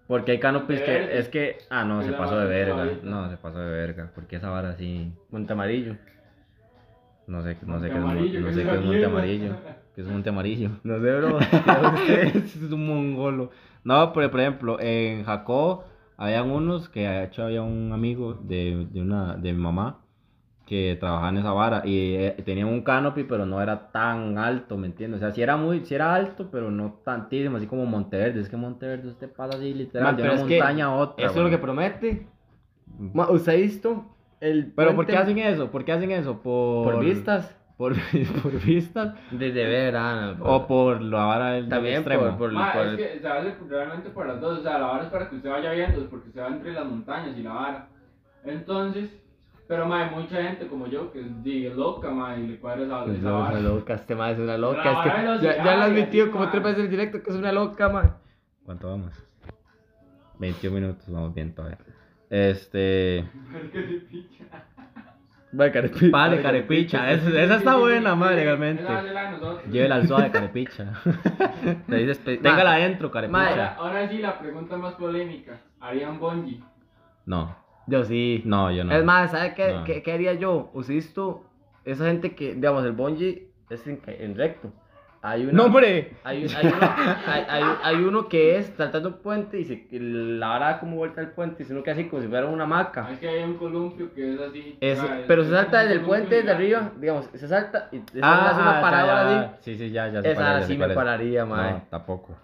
S2: Porque hay canopies que
S3: Verde.
S2: es que ah no, se
S3: Cuidado,
S2: pasó de verga,
S3: cuidadito.
S2: no, se pasó de verga, porque esa vara así
S1: Monte Amarillo.
S2: no sé, no sé
S3: Monte
S2: qué es,
S3: amarillo,
S2: mon- no
S3: que
S2: sé
S3: es
S2: qué
S3: la
S2: es monte
S3: mierda.
S2: amarillo, que es monte amarillo.
S1: No sé, bro.
S2: es un mongolo. No, pero por ejemplo, en Jacó habían unos que de hecho había un amigo de, de una de mi mamá que trabajaba en esa vara y eh, tenían un canopy, pero no era tan alto, ¿me entiendes? O sea, si era muy si era alto, pero no tantísimo, así como Monteverde, es que Monteverde usted pasa así literal
S1: Man,
S2: de
S1: pero
S2: una
S1: es que
S2: montaña a otra.
S1: Eso es lo
S2: güey.
S1: que promete. Ma, ¿Usted ha visto el
S2: Pero ¿por
S1: puente
S2: qué hacen eso? ¿Por qué hacen eso? Por
S1: por vistas?
S2: por, por vistas
S1: Desde verano.
S2: o por la vara del del
S1: También
S2: extremo.
S1: por, por,
S3: Ma,
S1: por-
S3: es que se hace realmente por las dos, o sea, la vara es para que usted vaya viendo, porque se va entre las montañas y la vara. Entonces, pero ma, hay mucha gente como yo que es di- loca, ma, y le cuadra esa,
S1: Es
S3: esa
S1: una
S3: vara.
S1: loca, este ma es una loca.
S3: La
S1: es que
S3: vara de
S1: ya,
S2: ah,
S3: los
S1: ya lo has
S3: diarios,
S1: admitido
S3: sí,
S1: como
S3: ma.
S1: tres veces en directo que es una loca, ma.
S2: ¿Cuánto vamos? 21 minutos, vamos bien todavía. Este.
S3: Porque le picha.
S1: Va, carepicha.
S2: Pare, carepicha. Esa, esa está buena, madre, legalmente.
S3: Esa es la de nosotros.
S2: Llévela al suave, carepicha.
S1: Le dices pe-
S2: Téngala
S1: Ma,
S2: adentro,
S3: Ahora,
S2: carepicha.
S3: ahora sí, la pregunta más polémica. ¿Harían bungee?
S2: No,
S1: Yo sí.
S2: no, yo no.
S1: Es más, ¿sabes qué,
S2: No.
S1: qué, qué haría yo? Usisto, esa gente que, digamos, el bungee es en, en recto. Hay una,
S2: ¡No, hombre!
S1: Hay, un- hay uno, hay, hay- hay uno que es saltando un puente y se, y la vara da como vuelta al puente y se uno que así como si fuera una
S3: Ah,
S1: hamaca.
S3: Es que hay un columpio que es así.
S1: Es-
S3: ma, es-
S1: pero se
S3: es
S1: salta
S3: un
S1: desde el
S3: columpio
S1: puente desde
S3: gigante.
S1: arriba, digamos, se salta y se
S2: Ah,
S1: hace una
S2: ya,
S1: parada
S2: ya,
S1: así.
S2: Sí, sí, ya, ya. sé cuál
S1: Esa
S2: es, ya sé
S1: sí
S2: cuál
S1: me
S2: es.
S1: pararía, mae.
S2: No, tampoco.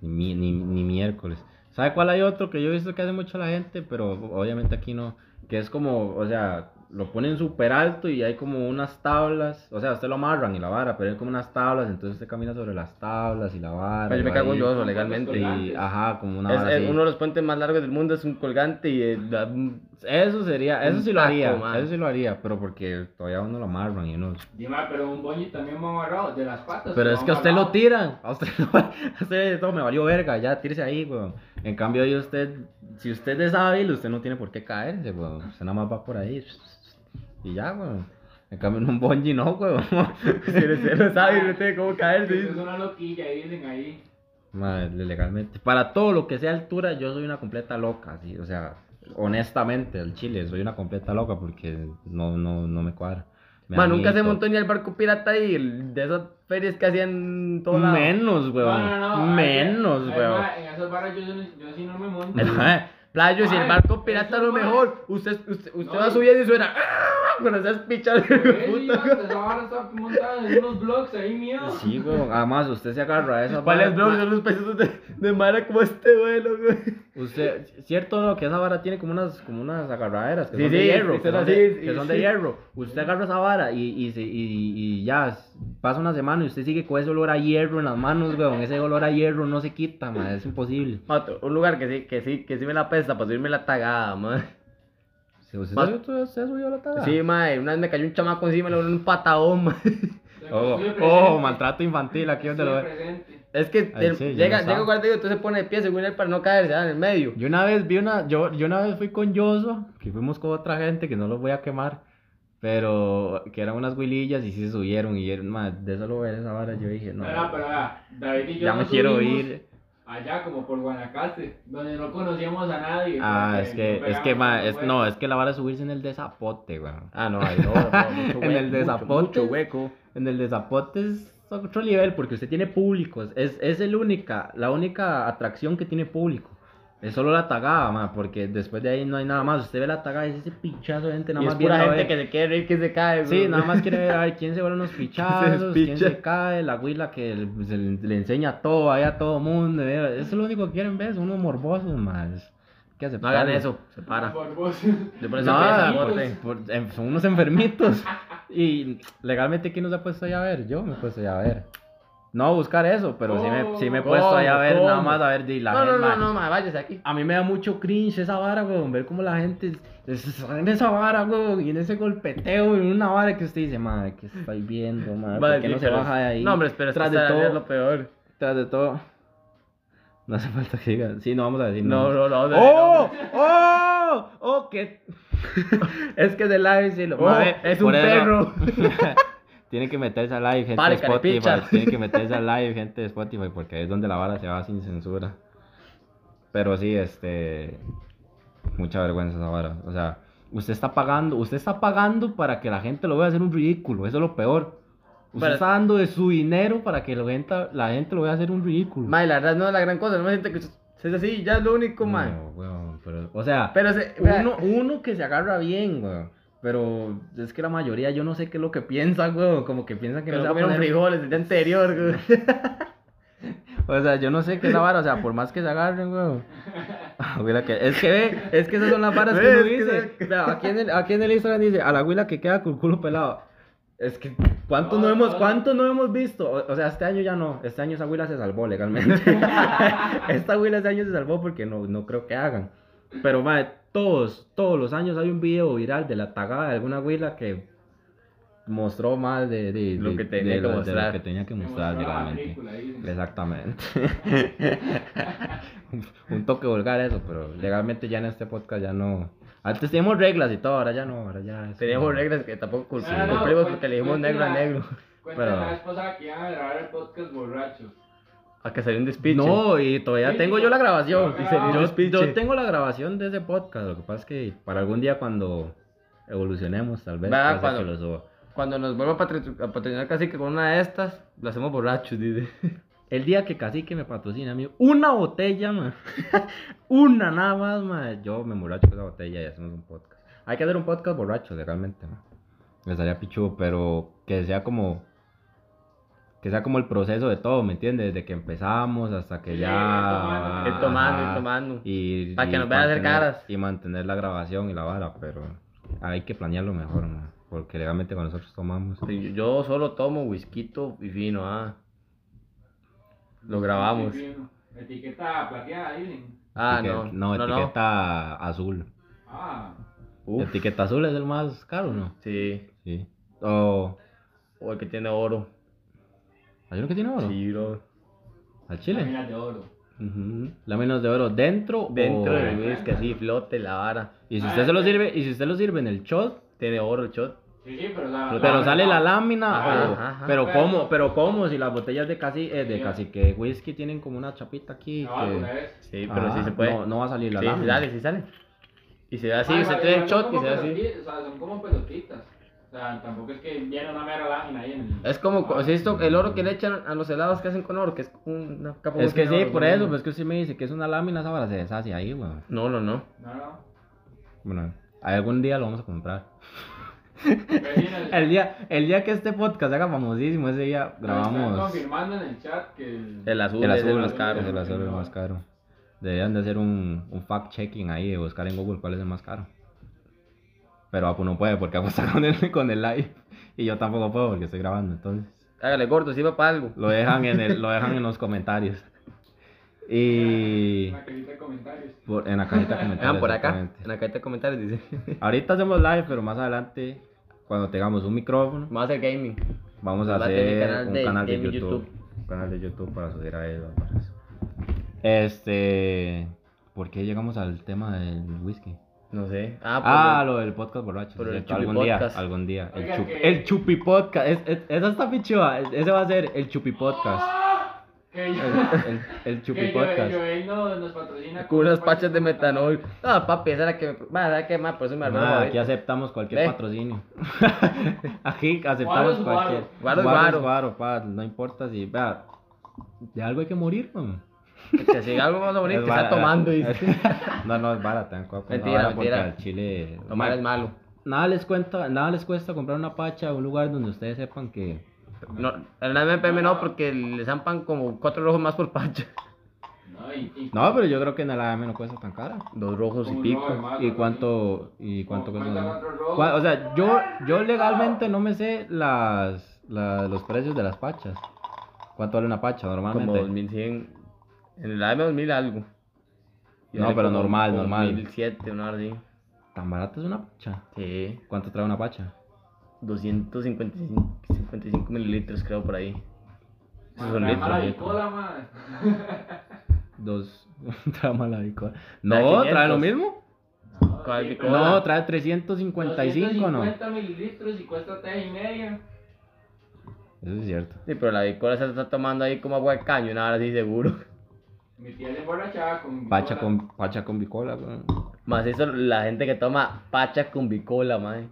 S2: Ni, mi- ni, ni miércoles. ¿Sabe cuál hay otro que yo he visto que hace mucho la gente? Pero obviamente aquí no. Que es como, o sea, lo ponen súper alto y hay como unas tablas. O sea, usted lo amarran y la vara, pero hay como unas tablas. Entonces usted camina sobre las tablas y la vara.
S1: Pero yo
S2: y
S1: me
S2: va
S1: cago en
S2: ahí.
S1: yo legalmente.
S2: Y, ajá, como una
S1: Es,
S2: vara
S1: es
S2: así.
S1: uno de los puentes más largos del mundo, es un colgante y eh, da-
S2: Eso sería, eso
S1: Un
S2: sí lo haría.
S1: taco, man.
S2: Eso sí lo haría, pero porque todavía uno lo amarran y uno.
S3: Dime, pero un bungee también va amarrado de las patas.
S2: Pero
S3: va
S2: es que a usted
S3: amarrado.
S2: lo tiran. A usted, no- a usted todo me valió verga, ya tírese ahí, weón. En cambio, ahí usted, si usted es hábil, usted no tiene por qué caerse, weón. Usted nada más va por ahí. Y ya, weón. En cambio, en un bungee no, weón.
S1: si no- si no sabe, no tiene cómo caerse.
S3: Es
S1: dice.
S3: una loquilla, dicen ahí.
S2: Madre, legalmente. Para todo lo que sea altura, yo soy una completa loca, sí. O sea, honestamente, el chile, soy una completa loca porque no, no, no me cuadra. Me da
S1: Man, nunca se
S2: miedito.
S1: montó ni al barco pirata y el- de esas ferias que hacían en todo lado.
S2: Menos, weón.
S3: No, no, no.
S2: Menos,
S3: además,
S2: weón.
S3: En esas barras yo, yo sí no me monto.
S2: Ajá,
S1: Playo, si el
S3: Ay,
S1: barco pirata es
S3: eso
S1: lo
S3: no es.
S1: mejor. Usted, usted, usted
S3: No,
S1: va
S3: y-
S1: subiendo y suena. "Ah", Con esas pichas de puta.
S3: Ahora está montada en unos blogs ahí miedo.
S2: Sí, weón. Además, usted se agarra a esa
S1: ¿Cuáles
S2: vara,
S1: blogs son los pesos de, de mara como este vuelo, güey?
S2: Usted, cierto no, que esa vara tiene como unas, como unas agarraderas que
S1: Sí,
S2: son de
S1: sí,
S2: hierro,
S1: sí,
S2: que
S1: son
S2: son de,
S1: así,
S2: que
S1: y
S2: son de
S1: sí.
S2: hierro. Usted agarra esa vara y, y, se- y- y ya s- pasa una semana y usted sigue con ese olor a hierro en las manos, weón. Ese olor a hierro no se quita, man, es imposible.
S1: Mato, un lugar que sí, que sí, que sí me la pesta para subirme la tagada, man.
S2: Si ¿Usted,
S1: Más-
S2: se- usted, usted subió la tabla?
S1: Sí, mae, una vez me cayó un chamaco encima y le voló un patadón, mae.
S2: Oh, oh, maltrato infantil, aquí donde lo ve.
S1: Es que
S2: Ay,
S1: el-
S2: sí, ya
S1: llega, llega
S2: no sabe.
S1: un guardia y usted se pone de pie según él para no caerse ¿verdad? en el medio.
S2: Yo una vez vi una, yo, yo una vez fui con Yoso, que fuimos con otra gente que no los voy a quemar, pero que eran unas huilillas y sí se subieron y era- man, de eso lo ver esa vara, yo dije, no.
S3: Espera, espera, David y Ah, yo
S2: ya me
S3: nos
S2: quiero
S3: subimos
S2: ir.
S3: Allá como por Guanacaste, donde no conocíamos a nadie.
S2: Ah,
S3: porque
S2: es que,
S3: no
S2: es que, ma,
S3: pegábamos,
S2: es, no, es que la vara es subirse en el de zapote, weón.
S1: Ah, no, ahí no, no, mucho
S2: En el de
S1: mucho,
S2: zapote.
S1: Mucho, hueco.
S2: En el de zapote es otro nivel, porque usted tiene público, es, es el única, la única atracción que tiene público. Es solo la tagada, ma, porque después de ahí no hay nada más. Usted ve la tagada y es ese pinchazo de gente, nada
S1: Y es
S2: más
S1: pura
S2: viendo a
S1: gente que
S2: ver.
S1: se quiere reír que se cae,
S2: Sí,
S1: güey.
S2: nada más quiere ver a ver quién se vuelve unos pichazos, quién
S1: despicha.
S2: se cae, la huila que le- se le, le enseña todo ahí a todo mundo. eh. Eso es lo único que quieren ver, son unos morbosos, más. Que
S1: No hagan
S2: aceptarlo.
S1: eso, se para.
S3: Por vos.
S1: Yo por eso pienso
S2: No,
S1: en
S2: por-
S1: corte.
S2: por- em, son unos enfermitos. Y legalmente, ¿quién nos ha puesto ahí a ver? Yo me he puesto ahí a ver. No buscar eso, pero sí me, sí me he puesto ahí a
S1: ¿Cómo?
S2: ver, nada
S1: ¿Cómo?
S2: más a ver. di, la
S1: No, no,
S2: gente,
S1: no,
S2: ma-
S1: no, mae, váyase aquí.
S2: A mí me da mucho cringe esa vara, weón. Ver cómo la gente es- es- en esa vara, weón, y en ese golpeteo, en una vara que usted dice, madre, que estoy viendo, madre? ¿Por
S1: Mae,
S2: qué
S1: sí,
S2: no se
S1: pero-
S2: baja de ahí?
S1: No, hombre, espera,
S2: tras
S1: tras
S2: de
S1: es
S2: todo,
S1: lo peor.
S2: tras de todo. No hace falta que digan. Sí, no vamos a decir
S1: No,
S2: nombres.
S1: no, no. no,
S2: ¡Oh! ¡Oh! ¡Oh! que es que de live sí lo
S1: no. Mae, es un
S2: Oh, Por eso-
S1: perro.
S2: Tiene que meterse a live, gente
S1: Pare,
S2: de Spotify.
S1: carepicha.
S2: Tiene que meterse a live, gente de Spotify, porque ahí es donde la vara se va sin censura. Pero sí, este. Mucha vergüenza esa vara. O sea, usted está pagando, usted está pagando para que la gente lo vea hacer un ridículo. Eso es lo peor. Usted
S1: Pero-
S2: está dando de su dinero para que la gente, la gente lo vea hacer un ridículo.
S1: Mae, la verdad no es la gran cosa, no me siento que es así, ya es lo único,
S2: No,
S1: mae.
S2: weón, pero- o sea,
S1: Pero se,
S2: uno, uno que se agarra bien, weón. Pero es que la mayoría, yo no sé qué es lo que piensan, weón. Como que piensan que
S1: que
S2: no
S1: se
S2: se va a
S1: comieron
S2: poner-
S1: frijoles el día anterior, güey.
S2: O sea, yo no sé qué es la vara, o sea, por más que se agarren, weón. Abuela que, es que ve, es que esas son las varas que
S1: Ve,
S2: uno
S1: es que
S2: dice. Vea, Aquí en, el, aquí en el Instagram dice, a la abuela que queda con el culo pelado. Es que, ¿cuánto no,
S3: No,
S2: hemos,
S3: no.
S2: cuánto no hemos visto? O, o sea, este año ya no, este año esa abuela se salvó legalmente. Esta abuela ese año se salvó porque no, no creo que hagan. Pero, madre, todos, todos los años hay un video viral de la tagada de alguna abuela que mostró más de, de-
S1: Lo
S2: de-
S1: que
S2: de
S1: tenía que
S2: lo- de lo
S1: mostrar.
S2: que tenía que
S3: Me
S2: mostrar,
S3: mostró la
S2: legalmente.
S3: matrícula ahí, dice.
S2: Exactamente. Un- un toque vulgar eso, pero legalmente ya en este podcast ya no. Antes teníamos reglas y todo, ahora ya no, ahora ya. es-
S1: Teníamos reglas que tampoco cul-
S3: Ah, No, no, no,
S1: cumplimos
S3: cu-
S1: porque le dijimos
S3: cuente
S1: negro a
S3: la-
S1: negro.
S3: Cuenta
S2: Pero-
S3: la esposa que iban a grabar el podcast borrachos.
S1: A que salió un despiche.
S2: No, y todavía
S3: Sí,
S2: tengo yo la grabación.
S3: no, Y se grababa.
S2: Yo-
S1: dio
S2: yo,
S1: speech.
S2: tengo la grabación de ese podcast. Lo que pasa es que para algún día cuando evolucionemos, tal vez,
S1: Va,
S2: puede ser
S1: cuando-
S2: que lo suba.
S1: Cuando nos vuelva a patri- a patrocinar casi que con una de estas, eh, lo hacemos borrachos, dice.
S2: El día que Cacique me patrocina, amigo, una botella, man. una nada más, man. Yo me borracho con esa botella y hacemos un podcast. Hay que hacer un podcast borracho, legalmente, man. Me estaría pichu, pero que sea como. Que sea como el proceso de todo, ¿me entiendes? Desde que empezamos hasta que
S3: Sí,
S2: ya.
S3: ir tomando.
S1: Ir tomando, ir
S2: Ajá.
S1: tomando.
S2: Y,
S1: Pa' que
S2: y
S1: nos vean hacer
S2: mantener-
S1: caras.
S2: Y mantener la grabación y la vara, pero hay que planearlo mejor, man. Porque legalmente cuando nosotros tomamos.
S1: Sí, Yo solo tomo whisky y vino, ah. Lo grabamos.
S3: Etiqueta plateada, dicen.
S1: Ah,
S2: Etiqueta-
S1: no. No, no,
S2: etiqueta azul.
S3: Ah,
S1: Uf,
S2: Etiqueta azul es el más caro, ¿no?
S1: sí.
S2: Sí. O.
S1: O el que tiene oro.
S2: ¿Hay uno que tiene oro?
S1: Sí, bro.
S2: Oh. ¿Al chile?
S3: láminas de oro.
S1: Ujú.
S2: Láminas de oro dentro,
S1: Dentro Ah,
S2: o-
S1: del whisky, así flote la vara.
S2: Y si
S3: Ah,
S2: usted se lo sirve, y si usted lo sirve en el shot,
S1: Tiene oro el shot.
S3: este, Sí, sí, pero la.
S2: pero sale la
S3: Ajá,
S2: lámina, o-
S1: Ah, ajá, ajá.
S2: pero cómo, pero cómo, si las botellas de casi, eh, de casi que whisky tienen como una chapita aquí
S3: No, alguna
S2: que...
S3: vez.
S1: Ah, eh. Sí, pero
S2: Ah,
S1: sí se puede.
S2: No, no va a salir la
S1: sí, sí
S2: lámina.
S1: sale, sí sale. Y se ve así,
S3: Ah,
S1: se
S3: igual-
S1: trae el
S3: igual son
S1: shot y
S3: como
S1: se ve así.
S3: pelotitas, O sea, son como pelotitas. O sea, tampoco es que viene una mera lámina ahí en el.
S1: Es como cu-
S3: Ah,
S1: o sea, esto- el oro que le echan a los helados que hacen con oro, que es una capa
S2: Es que
S1: gruesa de
S2: sí,
S1: oro,
S2: por
S1: ¿no?
S2: eso, pues, pero es que usted me dice que es una lámina, esa vara se deshace ahí, weón.
S1: No, no, no.
S3: No, no.
S2: Bueno, algún día lo vamos a comprar.
S3: Pero sí, en el-
S2: El día, el día que este podcast se haga famosísimo, ese día
S3: nos Están
S2: grabamos.
S3: confirmando en el chat que. El,
S1: El azul, es el más caro.
S2: Es el azul es el más caro. Deberían de hacer un, un fact-checking ahí, de buscar en Google cuál es el más caro. Pero Apu no puede porque Apu está con el, con el live. Y yo tampoco puedo porque estoy grabando. Entonces,
S1: Hágale gordo, sirva para algo.
S2: lo dejan en, el, lo dejan en los comentarios. Y
S3: La cajita de comentarios.
S2: por- en la cajita de comentarios.
S1: Vean Ah, por acá,
S2: exactamente.
S1: en la cajita de comentarios dice.
S2: Ahorita hacemos live, pero más adelante, cuando tengamos un micrófono,
S1: Vamos a hacer gaming.
S2: Vamos a
S1: Va a tener
S2: hacer
S1: canal
S2: un
S1: de-
S2: canal de,
S1: de mi
S2: YouTube,
S1: YouTube.
S2: Un canal de YouTube para subir a él. para eso. Este. ¿Por qué llegamos al tema del whisky?
S1: No sé. Ah, pues,
S2: Ah, lo del podcast borracho.
S1: por el
S2: sí, cierto, algún
S1: chupipodcast.
S2: día, algún día. El,
S3: Oiga,
S2: chup-
S3: que-
S2: el chupi podcast. Es, es- esa está pichua. es- Ese va a ser el chupi podcast.
S3: Que yo.
S2: El, el, el chupi
S3: que
S2: podcast.
S3: Joel- Joel no- nos patrocina
S1: con unas pachas
S3: parches
S1: de metanol. No, papi, esa era que. Va, ¿sabes qué más? Por eso me armó.
S2: Nada,
S1: la
S2: aquí
S1: boleta.
S2: aceptamos cualquier
S1: Ve.
S2: patrocinio. aquí aceptamos
S3: Guaro es guaro.
S2: cualquier.
S1: Guaro es
S2: Guaro
S1: guaro.
S2: es guaro, pa, No importa si. Vea, de algo hay que morir, man.
S1: Que si algo más bonito
S2: Es
S1: que está
S2: barata.
S1: tomando. dice.
S2: no, no, es barata. en Coapa,
S1: Mentira,
S2: no,
S1: mentira.
S2: porque al Chile.
S1: Tomar es malo.
S2: Nada les cuenta, nada les cuesta comprar una pacha a un lugar donde ustedes sepan que.
S1: No, en la MPM no, porque le zampan como cuatro rojos más por pacha.
S3: No, y, y-
S2: No, pero yo creo que en el AM no cuesta tan cara.
S1: Dos rojos y
S3: Como
S1: pico.
S3: no,
S2: ¿Y
S3: además, también.
S2: cuánto y cuánto cuesta?
S3: ¿Cuánto
S2: la-
S3: cuatro rojos?
S2: Cua- O sea, yo yo legalmente no me sé las, la- los precios de las pachas. ¿Cuánto vale una pacha
S1: Como
S2: normalmente?
S1: 2100. En el AM 2000 algo. Y
S2: No,
S1: vale
S2: pero
S1: como-
S2: normal,
S1: como
S2: normal.
S1: 2007, una hora así.
S2: ¿Tan barata es una pacha?
S1: Sí.
S2: ¿Cuánto trae una pacha?
S1: 255 55 mililitros, creo, por ahí. Esos
S3: Ma,
S1: son
S3: la mala
S1: litros.
S3: bicola, ma.
S2: Dos. trae más la bicola.
S1: Trae
S2: No, trae lo
S1: 500.
S2: mismo.
S3: No,
S1: ¿Cuál
S3: sí, pero-
S1: bicola?
S2: No, trae 355, no.
S3: 250 mililitros y cuesta 3 y media.
S2: Eso es cierto.
S1: Sí, pero la bicola se está tomando ahí como agua de caño, una hora así seguro.
S3: Mi tía se emborrachaba con.
S2: Pacha
S3: bicola.
S2: con, pacha con bicola, weón.
S1: Más eso, la gente que toma pacha con bicola, madre.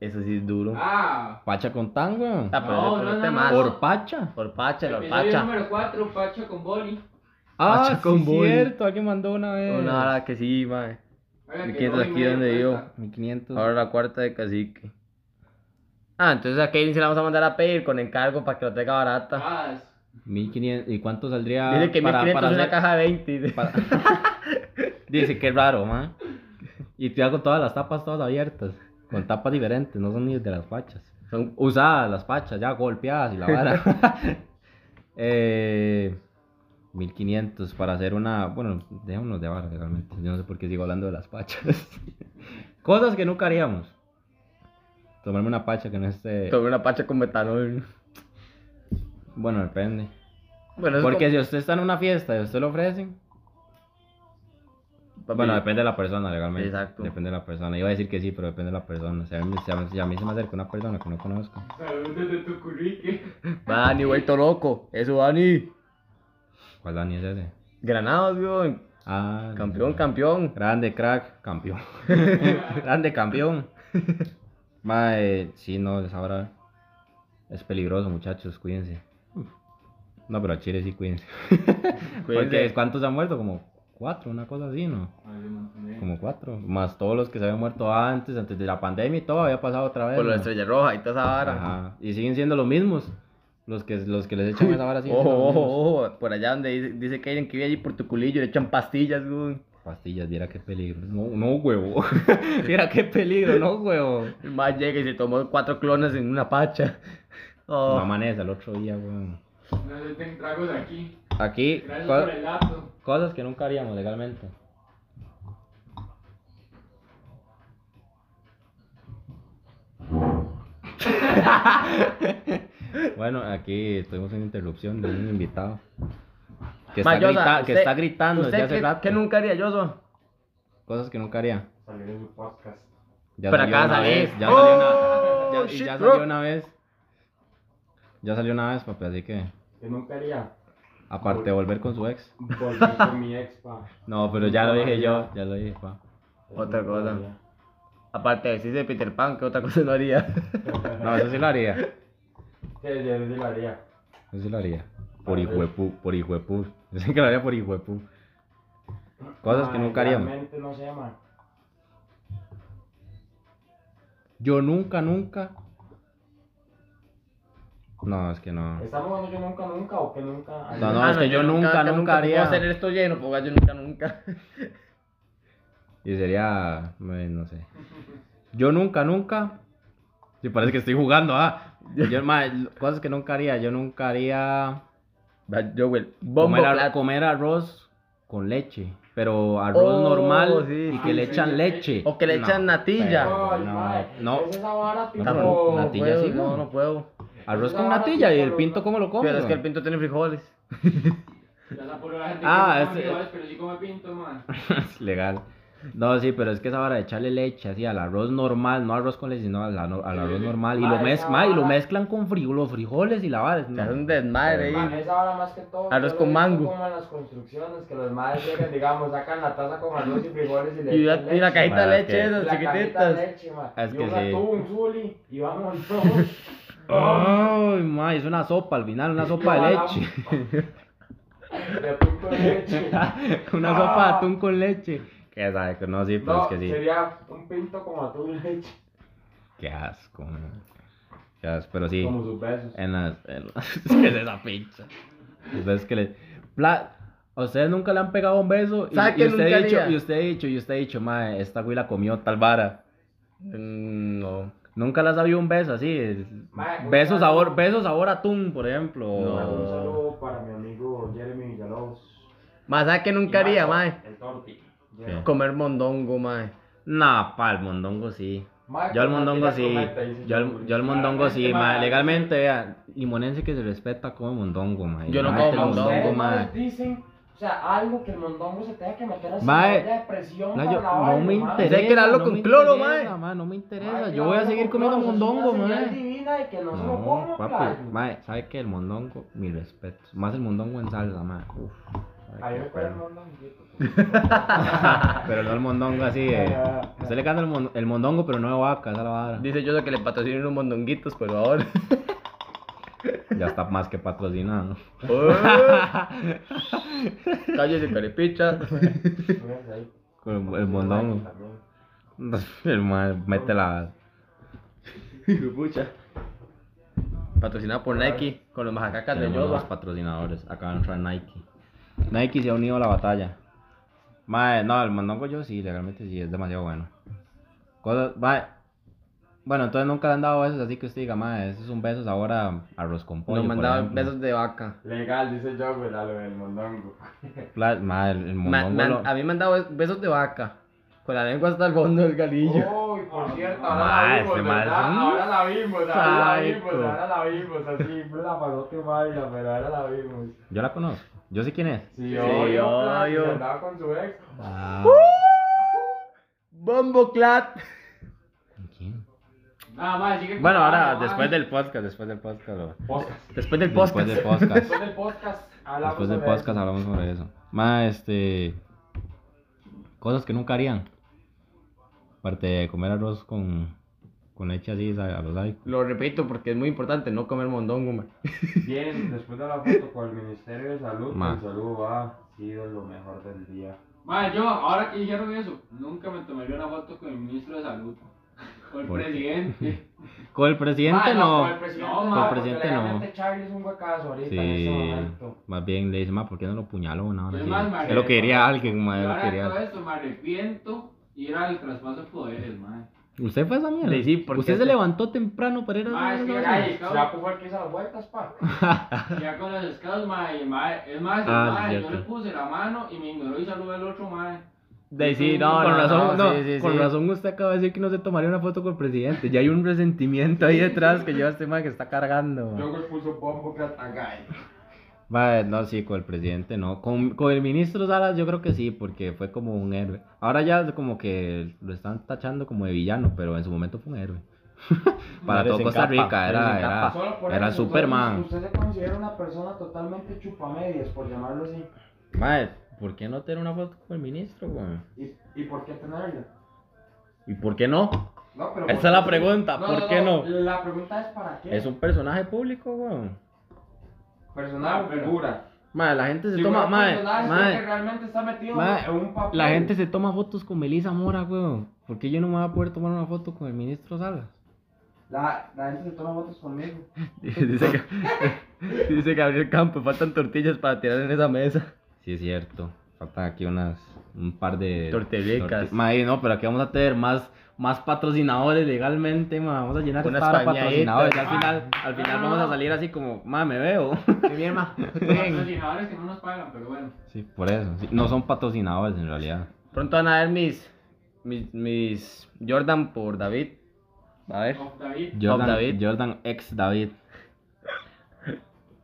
S1: Eso sí es duro.
S3: Ah,
S2: Pacha con tan, weón.
S1: Ah, pero
S3: No,
S1: eso
S3: no,
S1: es
S3: no,
S1: tema
S3: no.
S1: más.
S2: Por pacha.
S1: Por pacha, la
S3: episodio
S1: pacha.
S3: número 4, Pacha con Boli.
S2: Ah,
S1: Pacha con
S2: sí,
S1: boli.
S2: cierto. Alguien mandó una vez.
S1: Una hora que sí, madre.
S3: Oiga,
S1: Me
S3: que
S1: quedo
S3: dos y
S1: aquí
S3: medio
S1: donde yo.
S3: cuesta.
S2: 1500.
S1: Ahora la cuarta de cacique. Ah, entonces a Kaylin se la vamos a mandar a pedir con encargo para que la tenga barata.
S3: Ah, es-
S2: 1500. ¿Y cuánto saldría?
S1: Dice que 1500 es una
S2: Ah, hacer-
S1: caja de 20. dice.
S2: para- Dice que raro, man. Y te hago todas las tapas todas abiertas. Con tapas diferentes, no son ni de las pachas.
S1: Son
S2: Usadas las pachas, ya golpeadas y la vara. eh, 1500 para hacer una. Bueno, dejémonos de vara realmente. Yo no sé por qué sigo hablando de las pachas. Cosas que nunca haríamos. Tomarme una pacha que no esté.
S1: Tomé una pacha con metanol.
S2: Bueno, depende.
S1: Bueno, es
S2: Porque si usted está en una fiesta y a usted lo ofrecen.
S1: como- Papi,
S2: Pues, Bueno, depende de la persona legalmente.
S1: Exacto.
S2: Depende de la persona. Iba a decir que sí, pero depende de la persona. Si a mí, si a mí- si a mí se me acerca una persona que no conozco.
S3: Saludos desde tu currique.
S1: Dani, vuelto loco. Eso, Dani.
S2: ¿Cuál Dani es ese?
S1: Granados, weón.
S2: Ah,
S1: Campeón, campeón.
S2: Grande crack, campeón. Grande campeón. Mae, sí, no, esa vara es peligroso, muchachos, cuídense. No, pero a Chile sí, cuídense. Porque
S1: Cuídense.
S2: ¿cuántos han muerto? Como cuatro, una cosa así, ¿no? Como cuatro. Más todos los que se habían muerto antes, antes de la pandemia y todo, había pasado otra vez.
S1: Por la
S2: ¿no?
S1: estrella roja y toda esa vara.
S2: Ajá. Y siguen siendo los mismos. Los que, los que les echan esa vara siguen
S1: Ojo,
S2: siendo los
S1: ojo,
S2: mismos.
S1: ojo. Por allá donde dice, dice Kaylin que vive allí por tu culillo, le echan pastillas, weón.
S2: Pastillas, viera qué peligro. No, no huevo. viera qué peligro, no huevo.
S1: El más llega y se tomó cuatro clones en una pacha. Oh.
S2: No amanece al otro día, weón.
S3: No se ten tragos aquí.
S2: Aquí,
S3: Gracias
S2: co-
S3: por el dato.
S2: cosas que nunca haríamos legalmente. bueno, aquí tuvimos una interrupción de un invitado. Que está,
S1: Mayosa,
S2: grita- que
S1: usted-
S2: está gritando
S1: ¿usted
S2: desde hace
S1: qué-
S2: rato.
S1: qué nunca haría yo?
S2: Cosas que nunca haría.
S3: Salir en su podcast.
S2: Ya
S1: Para
S2: salió
S1: acá,
S2: una
S1: ¿sabes?
S2: vez, Ya
S1: ¡Oh,
S2: salió una, ya- y
S1: shit,
S2: ya
S1: bro!
S2: salió una vez. Ya salió una vez, papi, así que.
S3: Que nunca haría.
S2: Aparte de volver con su ex.
S3: Volver con mi ex, pa.
S2: No, pero ya lo dije yo, ya lo dije, pa.
S1: Otra cosa.
S2: Aparte de decirse Peter Pan, ¿qué otra cosa no haría? no, eso sí lo haría.
S4: Sí, sí, sí, lo haría.
S2: Eso sí lo haría. Por
S4: Para
S2: hijo de
S4: ver.
S2: pu, por hijo de pu. Yo sé que lo haría por hijo de pu. Cosas que
S4: Mae,
S2: nunca haríamos.
S4: Realmente no sé, man.
S2: Yo nunca, nunca. No, es que no.
S4: ¿Estamos hablando yo nunca, nunca o que nunca?
S1: Ah,
S2: No, no, es que yo nunca, nunca haría.
S1: Puedo hacer esto lleno, porque yo nunca, nunca.
S2: Y sería. bueno, no sé. Yo nunca, nunca. Sí, parece que estoy jugando, ah. Yo, mae, cosas que nunca haría. Yo nunca haría.
S1: Va, Yo, güey, bombo
S2: Comer, ar-
S1: plato.
S2: comer arroz con leche. Pero arroz
S1: Oh,
S2: normal
S1: sí,
S2: y
S1: sí,
S2: que le
S4: sí,
S2: echan
S4: sí.
S2: leche.
S1: O que le echan natilla.
S2: pero
S4: Ay,
S2: no,
S4: mae,
S2: no.
S4: Es esa vara tipo...
S2: No, pero
S1: No
S2: natilla
S1: puedo,
S2: sí,
S1: no,
S2: güey.
S1: no puedo.
S2: Arroz
S4: Esa
S2: con
S4: vara
S2: natilla y
S4: tipo
S2: el
S4: lo-
S2: pinto, ¿cómo lo come?
S1: Pero es que el
S2: güey?
S1: pinto tiene frijoles.
S4: Ya se apuró la gente
S2: Ah,
S4: que no come
S2: ese-
S4: frijoles, pero sí come pinto, man.
S2: Es legal. No, sí, pero es que esa vara de echarle leche así al arroz normal, no arroz con leche, sino al, ano- al
S4: Sí,
S2: arroz
S4: sí.
S2: normal. Y
S4: Ma,
S2: lo,
S4: esa
S2: mez- ma, y lo
S4: vara-
S2: mezclan con fri- los frijoles y la vara. es
S1: O
S2: una-
S1: sea, es un desmadre
S2: Pero,
S1: ahí.
S4: Mae, Esa vara más que todo.
S1: Arroz
S4: yo lo
S1: con
S4: he visto
S1: mango.
S4: Como en las construcciones, que los madres llegan, digamos, sacan la taza con arroz y frijoles y le
S1: Y una,
S4: echan
S1: y una
S4: leche.
S1: cajita
S2: Ma,
S1: de
S2: es
S1: leche,
S2: que-
S1: esas
S4: La cajita
S1: chiquititas.
S4: de leche, mae.
S2: Ah, Es
S4: Y
S2: que
S4: una
S2: sí.
S4: tuvo un zuli y vamos todos.
S2: Ay, ma, es una sopa al final, una sopa de leche.
S4: De punto de leche.
S2: una sopa de atún con leche. Que sabe que no, sí, pero
S4: No,
S2: es que sí.
S4: sería un pinto como atún de leche.
S2: Qué asco, man. Qué asco, pero sí. Eh,
S4: Como sus besos.
S2: En las. En las es que es esa pincha. Ustedes que le. Pla... a Ustedes nunca le han pegado un beso. Y,
S1: ¿Sabe
S2: y
S1: que
S2: usted
S1: nunca
S2: ha dicho,
S1: haría?
S2: y usted ha dicho, y usted ha dicho, mae, esta güey la comió tal vara.
S1: Mm, No.
S2: Nunca las había un beso así. es-
S4: Mae, un
S2: beso
S4: saludo.
S2: sabor, beso sabor atún, por ejemplo.
S1: No.
S4: Un saludo para mi amigo Jeremy Villalobos.
S1: Más ¿sabes que nunca haría, mae?
S4: El torti.
S2: Sí.
S1: Comer mondongo, mae.
S2: Nah, pa, el mondongo sí. Yo al mondongo sí. Yo al, yo al mondongo sí, mae. Legalmente, vea, limonense que se respeta come mondongo, mae.
S1: Yo no
S2: Mae,
S1: como
S2: este
S1: el mondongo,
S2: mondongo, mae.
S4: mae. Dicen, o sea, algo que el mondongo se tenga que meter así.
S2: Mae,
S4: olla de presión
S2: No,
S4: para
S2: yo-
S4: la
S2: no
S4: vaina,
S2: me
S4: mae.
S2: interesa.
S1: Hay que darlo
S2: no
S1: con
S2: me
S1: cloro,
S2: interesa,
S1: mae.
S2: ma, No me interesa.
S4: Mae,
S2: yo voy a
S4: claro,
S2: seguir
S4: no,
S2: comiendo
S4: eso es una
S2: mondongo,
S4: señal
S2: mae.
S4: divina de que no se lo
S2: No,
S4: como,
S2: papi.
S4: playo.
S2: Mae, ¿sabe qué? El mondongo, mi respeto. Más el mondongo en salsa, mae. Uf. sabe
S4: Ahí
S2: qué
S4: me fue el
S2: perro.
S4: mondongo.
S2: Pero no el mondongo así de.
S4: Ah,
S2: Usted le canta el, mon- el mondongo, pero no de vaca, esa es la vara.
S1: Dice yo que le patrocinen unos mondonguitos, por favor.
S2: Ya está más que patrocinado.
S1: Cállese, carepicha.
S4: Mira, ahí.
S2: Con El, el mondongo.
S4: También.
S2: El mae mete la.
S1: Pucha. Patrocinado por Nike, con los majacacas de
S2: Tenemos nuevos
S1: Yoba.
S2: patrocinadores. Acá entra Nike. Nike se ha unido a la batalla. Mae, no, el mandongo yo sí, legalmente sí, es demasiado bueno. Cosas, mae. Bueno, entonces nunca le han dado besos así que usted diga, mae, esos son besos ahora arroz con pollo.
S1: Nos
S2: por
S1: mandaban
S2: ejemplo.
S1: besos de vaca.
S4: Legal, dice yo, güey, a lo del mondongo.
S2: Pla- Mae, el, el
S1: Ma-
S2: mondongo.
S1: me han-
S2: lo-
S1: a mí me han dado bes- besos de vaca. Con la lengua hasta el fondo del
S4: Uy,
S1: galillo.
S4: por cierto,
S2: Ma,
S4: ahora la
S2: ese
S4: vimos,
S2: ma es
S4: ¿verdad?
S2: un
S4: Ahora la vimos, ahora la vimos,
S1: psycho.
S4: ahora la vimos, así, fue la pagó que baila, pero ahora la vimos.
S2: Yo la conozco. Yo sé quién es.
S4: Sí, obvio, plan,
S1: obvio.
S4: y andaba con su ex.
S1: Uh.
S2: Oh.
S1: Bombo clat.
S2: ¿Quién?
S4: Ah, ma, sigue
S2: Bueno, ahora,
S4: contando, ma.
S2: después del podcast, después del podcast. lo-
S4: Podcast.
S1: Después del
S2: Después
S1: podcast.
S2: del podcast.
S4: Después del podcast hablamos
S2: Después del
S4: sobre
S2: podcast
S4: eso.
S2: hablamos sobre eso. Más, este. Cosas que nunca harían. Aparte de comer arroz con, con leche así, ¿sabe? a los like.
S1: Lo repito porque es muy importante no comer mondongo, mae.
S4: Bien, después de la foto con el Ministerio de Salud,
S2: Ma.
S4: el saludo ha sido lo mejor del día.
S3: Madre, yo, ahora que dijeron eso, nunca me tomaría una foto con el ministro de salud. Con el
S2: ¿Por qué?
S3: presidente.
S2: Con el presidente
S4: Ah,
S2: no.
S4: con el presidente
S3: No,
S4: no,
S3: ma,
S4: porque
S2: presidente no.
S4: legalmente Charlie es un huecazo ahorita en este
S2: Sí.
S4: momento.
S2: Más bien le dice, ma, ¿por qué no lo puñaló? No,
S3: Es más, María,
S2: Es lo que diría alguien,
S3: Y
S2: ma, es lo que
S3: ahora de todo
S2: diría.
S3: esto me arrepiento y era el traspaso de poderes, madre.
S2: Usted fue esa mierda.
S1: Sí, sí, porque
S2: Usted se
S1: este-
S2: levantó temprano para ir a
S3: Ma, es que
S2: a-
S3: era
S4: Ay, Chapo fue el que hizo las vueltas, pa.
S3: Ya con los escados, madre, madre. Es más,
S2: Ah, sí,
S3: madre, yo
S2: cierto.
S3: le puse la mano y me ignoró y saludó el otro, madre.
S1: De
S3: sí, no,
S2: con
S3: no,
S2: razón, no,
S1: sí, sí,
S2: con
S1: sí.
S2: razón usted acaba de decir que no se tomaría una foto con el presidente. Ya hay un resentimiento ahí detrás que lleva este man que está cargando. ma.
S4: Luego puso bombo que ataca.
S2: Mae, no, sí, con el presidente no. Con, con el ministro Salas yo creo que sí, porque fue como un héroe. Ahora ya como que lo están tachando como de villano, pero en su momento fue un héroe. Para
S1: Héroe
S2: todo
S1: sin
S2: Costa
S1: capa,
S2: Rica,
S1: héroe
S2: era,
S1: sin
S2: era,
S1: capa.
S4: Solo por
S2: era
S4: eso,
S2: Superman.
S4: Usted usted se considera una persona totalmente chupamedias, por llamarlo así.
S2: Mae, ¿por qué no tener una foto con el ministro, güey?
S4: ¿Y, y por qué tenerla?
S2: ¿Y por qué no?
S4: No, pero
S2: Esa
S4: ¿por
S2: es la
S4: qué?
S2: pregunta, ¿por qué no?
S4: La pregunta es para qué.
S2: Es un personaje público, weón.
S4: Personal o
S3: Pero-
S4: figura.
S2: Madre, la gente Ah, se
S4: Si
S2: toma.
S4: fuera
S2: Madre,
S4: personal, es
S2: madre,
S4: que realmente está metido
S2: Mae,
S4: en un papel.
S2: la gente se toma fotos con Melissa Mora, weón. ¿Por qué yo no me voy a poder tomar una foto con el ministro Salas?
S4: La, la gente se toma votos conmigo.
S2: Dice, Ga- dice Gabriel Campos, faltan tortillas para tirar en esa mesa. Sí, es cierto. Faltan aquí unas, un par de...
S1: Tortellicas.
S2: torti- Mae, no, pero aquí vamos a tener más, más patrocinadores legalmente, ma. Vamos a llenar
S1: Unas
S2: esta hora de
S1: pañaditas.
S2: patrocinadores. Ya al
S3: Ah.
S2: final, al final
S3: Ah.
S2: vamos a salir así como, ma, me veo.
S1: Mi hermano.
S3: Patrocinadores que no nos pagan, pero bueno.
S2: Sí, por eso. Sí, no son patrocinadores en realidad.
S1: Pronto van a ver mis, mis, mis Jordan por David. A
S2: Eh.
S1: ver.
S3: Off David.
S2: Jordan,
S1: Bob David.
S2: Jordan ex David.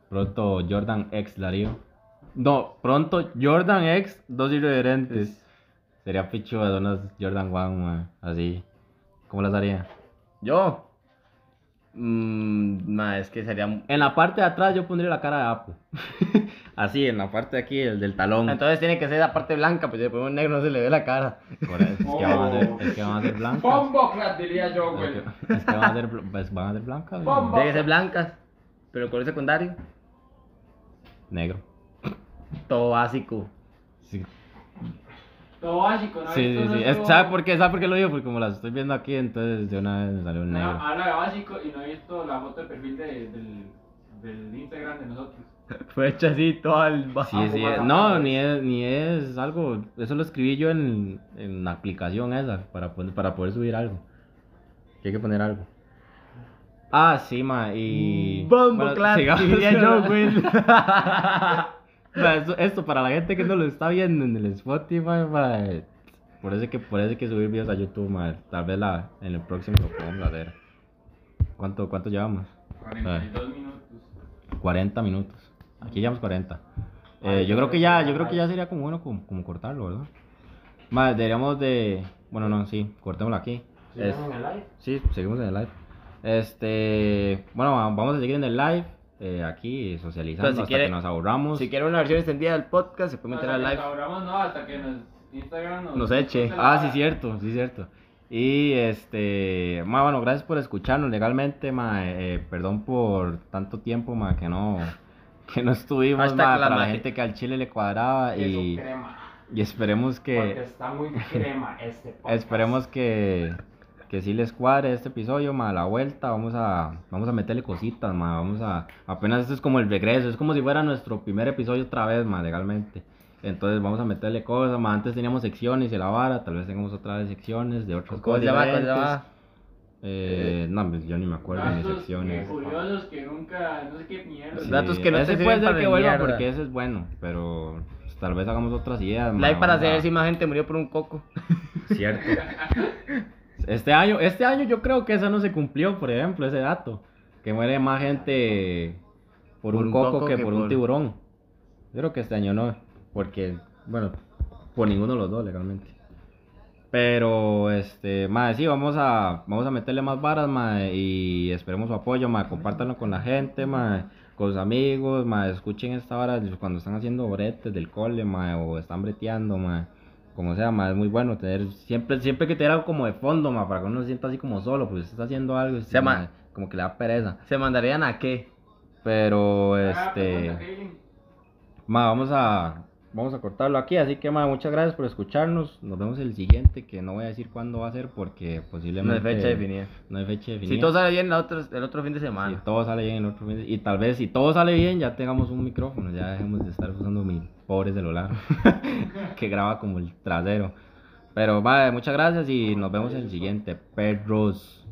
S2: Pronto Jordan ex Darío. No, pronto Jordan ex dos irreverentes. Sería picho de unas Jordan One, ma, así. ¿Cómo las haría?
S1: Yo. Mmm, es que sería. mu-
S2: En la parte de atrás yo pondría la cara de Apu. así, en la parte de aquí, el del talón.
S1: Entonces tiene que ser la parte blanca, pues si le ponemos negro no se le ve la cara.
S2: Por eso, es, que van a ser, es que van a ser blancas.
S4: Bomboclat diría yo,
S2: Es
S4: güey.
S2: que- Es que van a ser, bl- pues, van a ser blancas. ma.
S4: Bomba.
S1: Tiene que ser blancas. Pero el color secundario,
S2: Negro.
S1: todo básico.
S2: Sí,
S3: Todo básico, ¿no?
S2: Sí, sí,
S3: Esto no
S2: sí.
S3: es
S2: Es-
S3: todo-
S2: ¿Sabe por qué? ¿Sabe por qué lo digo? Porque como las estoy viendo aquí, entonces de una vez me salió un
S3: No,
S2: negro.
S3: habla de básico y no he visto la foto de perfil de- del, del Instagram de nosotros.
S2: Ah.
S1: Fue hecho así, todo al
S2: Sí,
S1: básico.
S2: sí,
S4: más
S2: es- no, ni es, ni es algo, eso lo escribí yo en, en la aplicación esa, para, pon- para poder subir algo. Que hay que poner algo. Ah, sí, ma, y...
S1: Mm, Bombo
S2: bueno,
S1: clap,
S2: sigamos.
S1: diría yo, güey.
S2: Ma, esto, esto para la gente que no lo está viendo en el Spotify, ma, por eso que, por eso hay que subir videos a YouTube, ma, tal vez la, en el próximo lo podemos hacer. ¿Cuánto, cuánto llevamos?
S3: 42 minutos.
S2: 40 minutos. Aquí llevamos 40.
S1: Ah,
S2: Eh, yo creo que ya, yo creo que ya sería como bueno como, como cortarlo, ¿verdad? Más, deberíamos de. Bueno, no, sí, cortémoslo aquí. Es-
S4: en el live?
S2: sí, seguimos en el live. Este, bueno, va- vamos a seguir en el live, eh, aquí socializando
S1: Entonces, si
S2: hasta
S1: quiere-
S2: que nos aburramos.
S1: Si quieren una versión extendida del podcast, se puede meter
S3: Hasta
S1: al
S3: que
S1: live.
S3: cobramos, no, hasta que nos Instagram nos,
S1: Nos eche.
S2: Ah, sí, cierto, sí, cierto. Y este, ma, bueno, gracias por escucharnos legalmente, ma, eh, perdón por tanto tiempo, ma, que no, que no estuvimos,
S1: Hashtag
S2: ma,
S1: la
S2: para la
S1: mate.
S2: gente que al chile le cuadraba
S4: Es un
S2: y,
S4: crema.
S2: y esperemos
S4: Porque
S2: que,
S4: está muy crema este podcast.
S2: esperemos que, que sí les cuadre este episodio, ma, a la vuelta, vamos a, vamos a meterle cositas, ma, vamos a, apenas esto es como el regreso, es como si fuera nuestro primer episodio otra vez, ma, legalmente. Entonces vamos a meterle cosas, ma, antes teníamos secciones y la vara, tal vez tengamos otra vez secciones de otras
S1: ¿Cómo
S2: cosas
S1: se llama? ¿Cómo se
S2: diferentes.
S1: llama?
S2: Eh, no, pues, yo ni me acuerdo de mis
S3: Gastos
S2: secciones.
S3: curiosos que nunca, no sé qué mierda. Ah,
S1: Sí. Datos que no te
S2: ese
S1: sirven
S2: puede ser
S1: para
S2: que vuelva
S1: mierda.
S2: porque ese es bueno, pero pues, tal vez hagamos otras ideas. ma,
S1: Live para
S2: vamos a-
S1: saber si más gente murió por un coco.
S2: Cierto. Este año, este año yo creo que esa no se cumplió, por ejemplo, ese dato. Que muere más gente por, un, coco, que, por un tiburón. Yo creo que este año no, porque, bueno, por ninguno de los dos legalmente. Pero, este, más sí, vamos a, vamos a meterle más varas, mae, y esperemos su apoyo, mae, compártanlo con la gente, mae, con sus amigos, mae, escuchen esta vara cuando están haciendo bretes del cole, mae, o están breteando, mae, como sea, mae, es muy bueno tener, siempre, siempre que tener algo como de fondo, mae, para que uno se sienta así como solo, pues está haciendo algo, y,
S1: Se llama-
S2: mae, como que le da pereza,
S1: ¿Se mandarían a qué?
S2: pero,
S3: Ah,
S2: este...
S3: pregunta, Kaylin.
S2: Ma, vamos a, vamos a cortarlo aquí, así que ma, muchas gracias por escucharnos. Nos vemos el siguiente, que no voy a decir cuándo va a ser porque
S1: No
S2: posiblemente
S1: hay fecha definida.
S2: No hay fecha definida.
S1: Si todo sale bien la otra- el otro fin de
S2: Si
S1: semana.
S2: todo sale bien el otro mes- y tal vez si todo sale bien ya tengamos un micrófono, ya dejemos de estar usando mi pobre celular que graba como el trasero. Pero ma, muchas gracias y nos vemos en el siguiente, perros.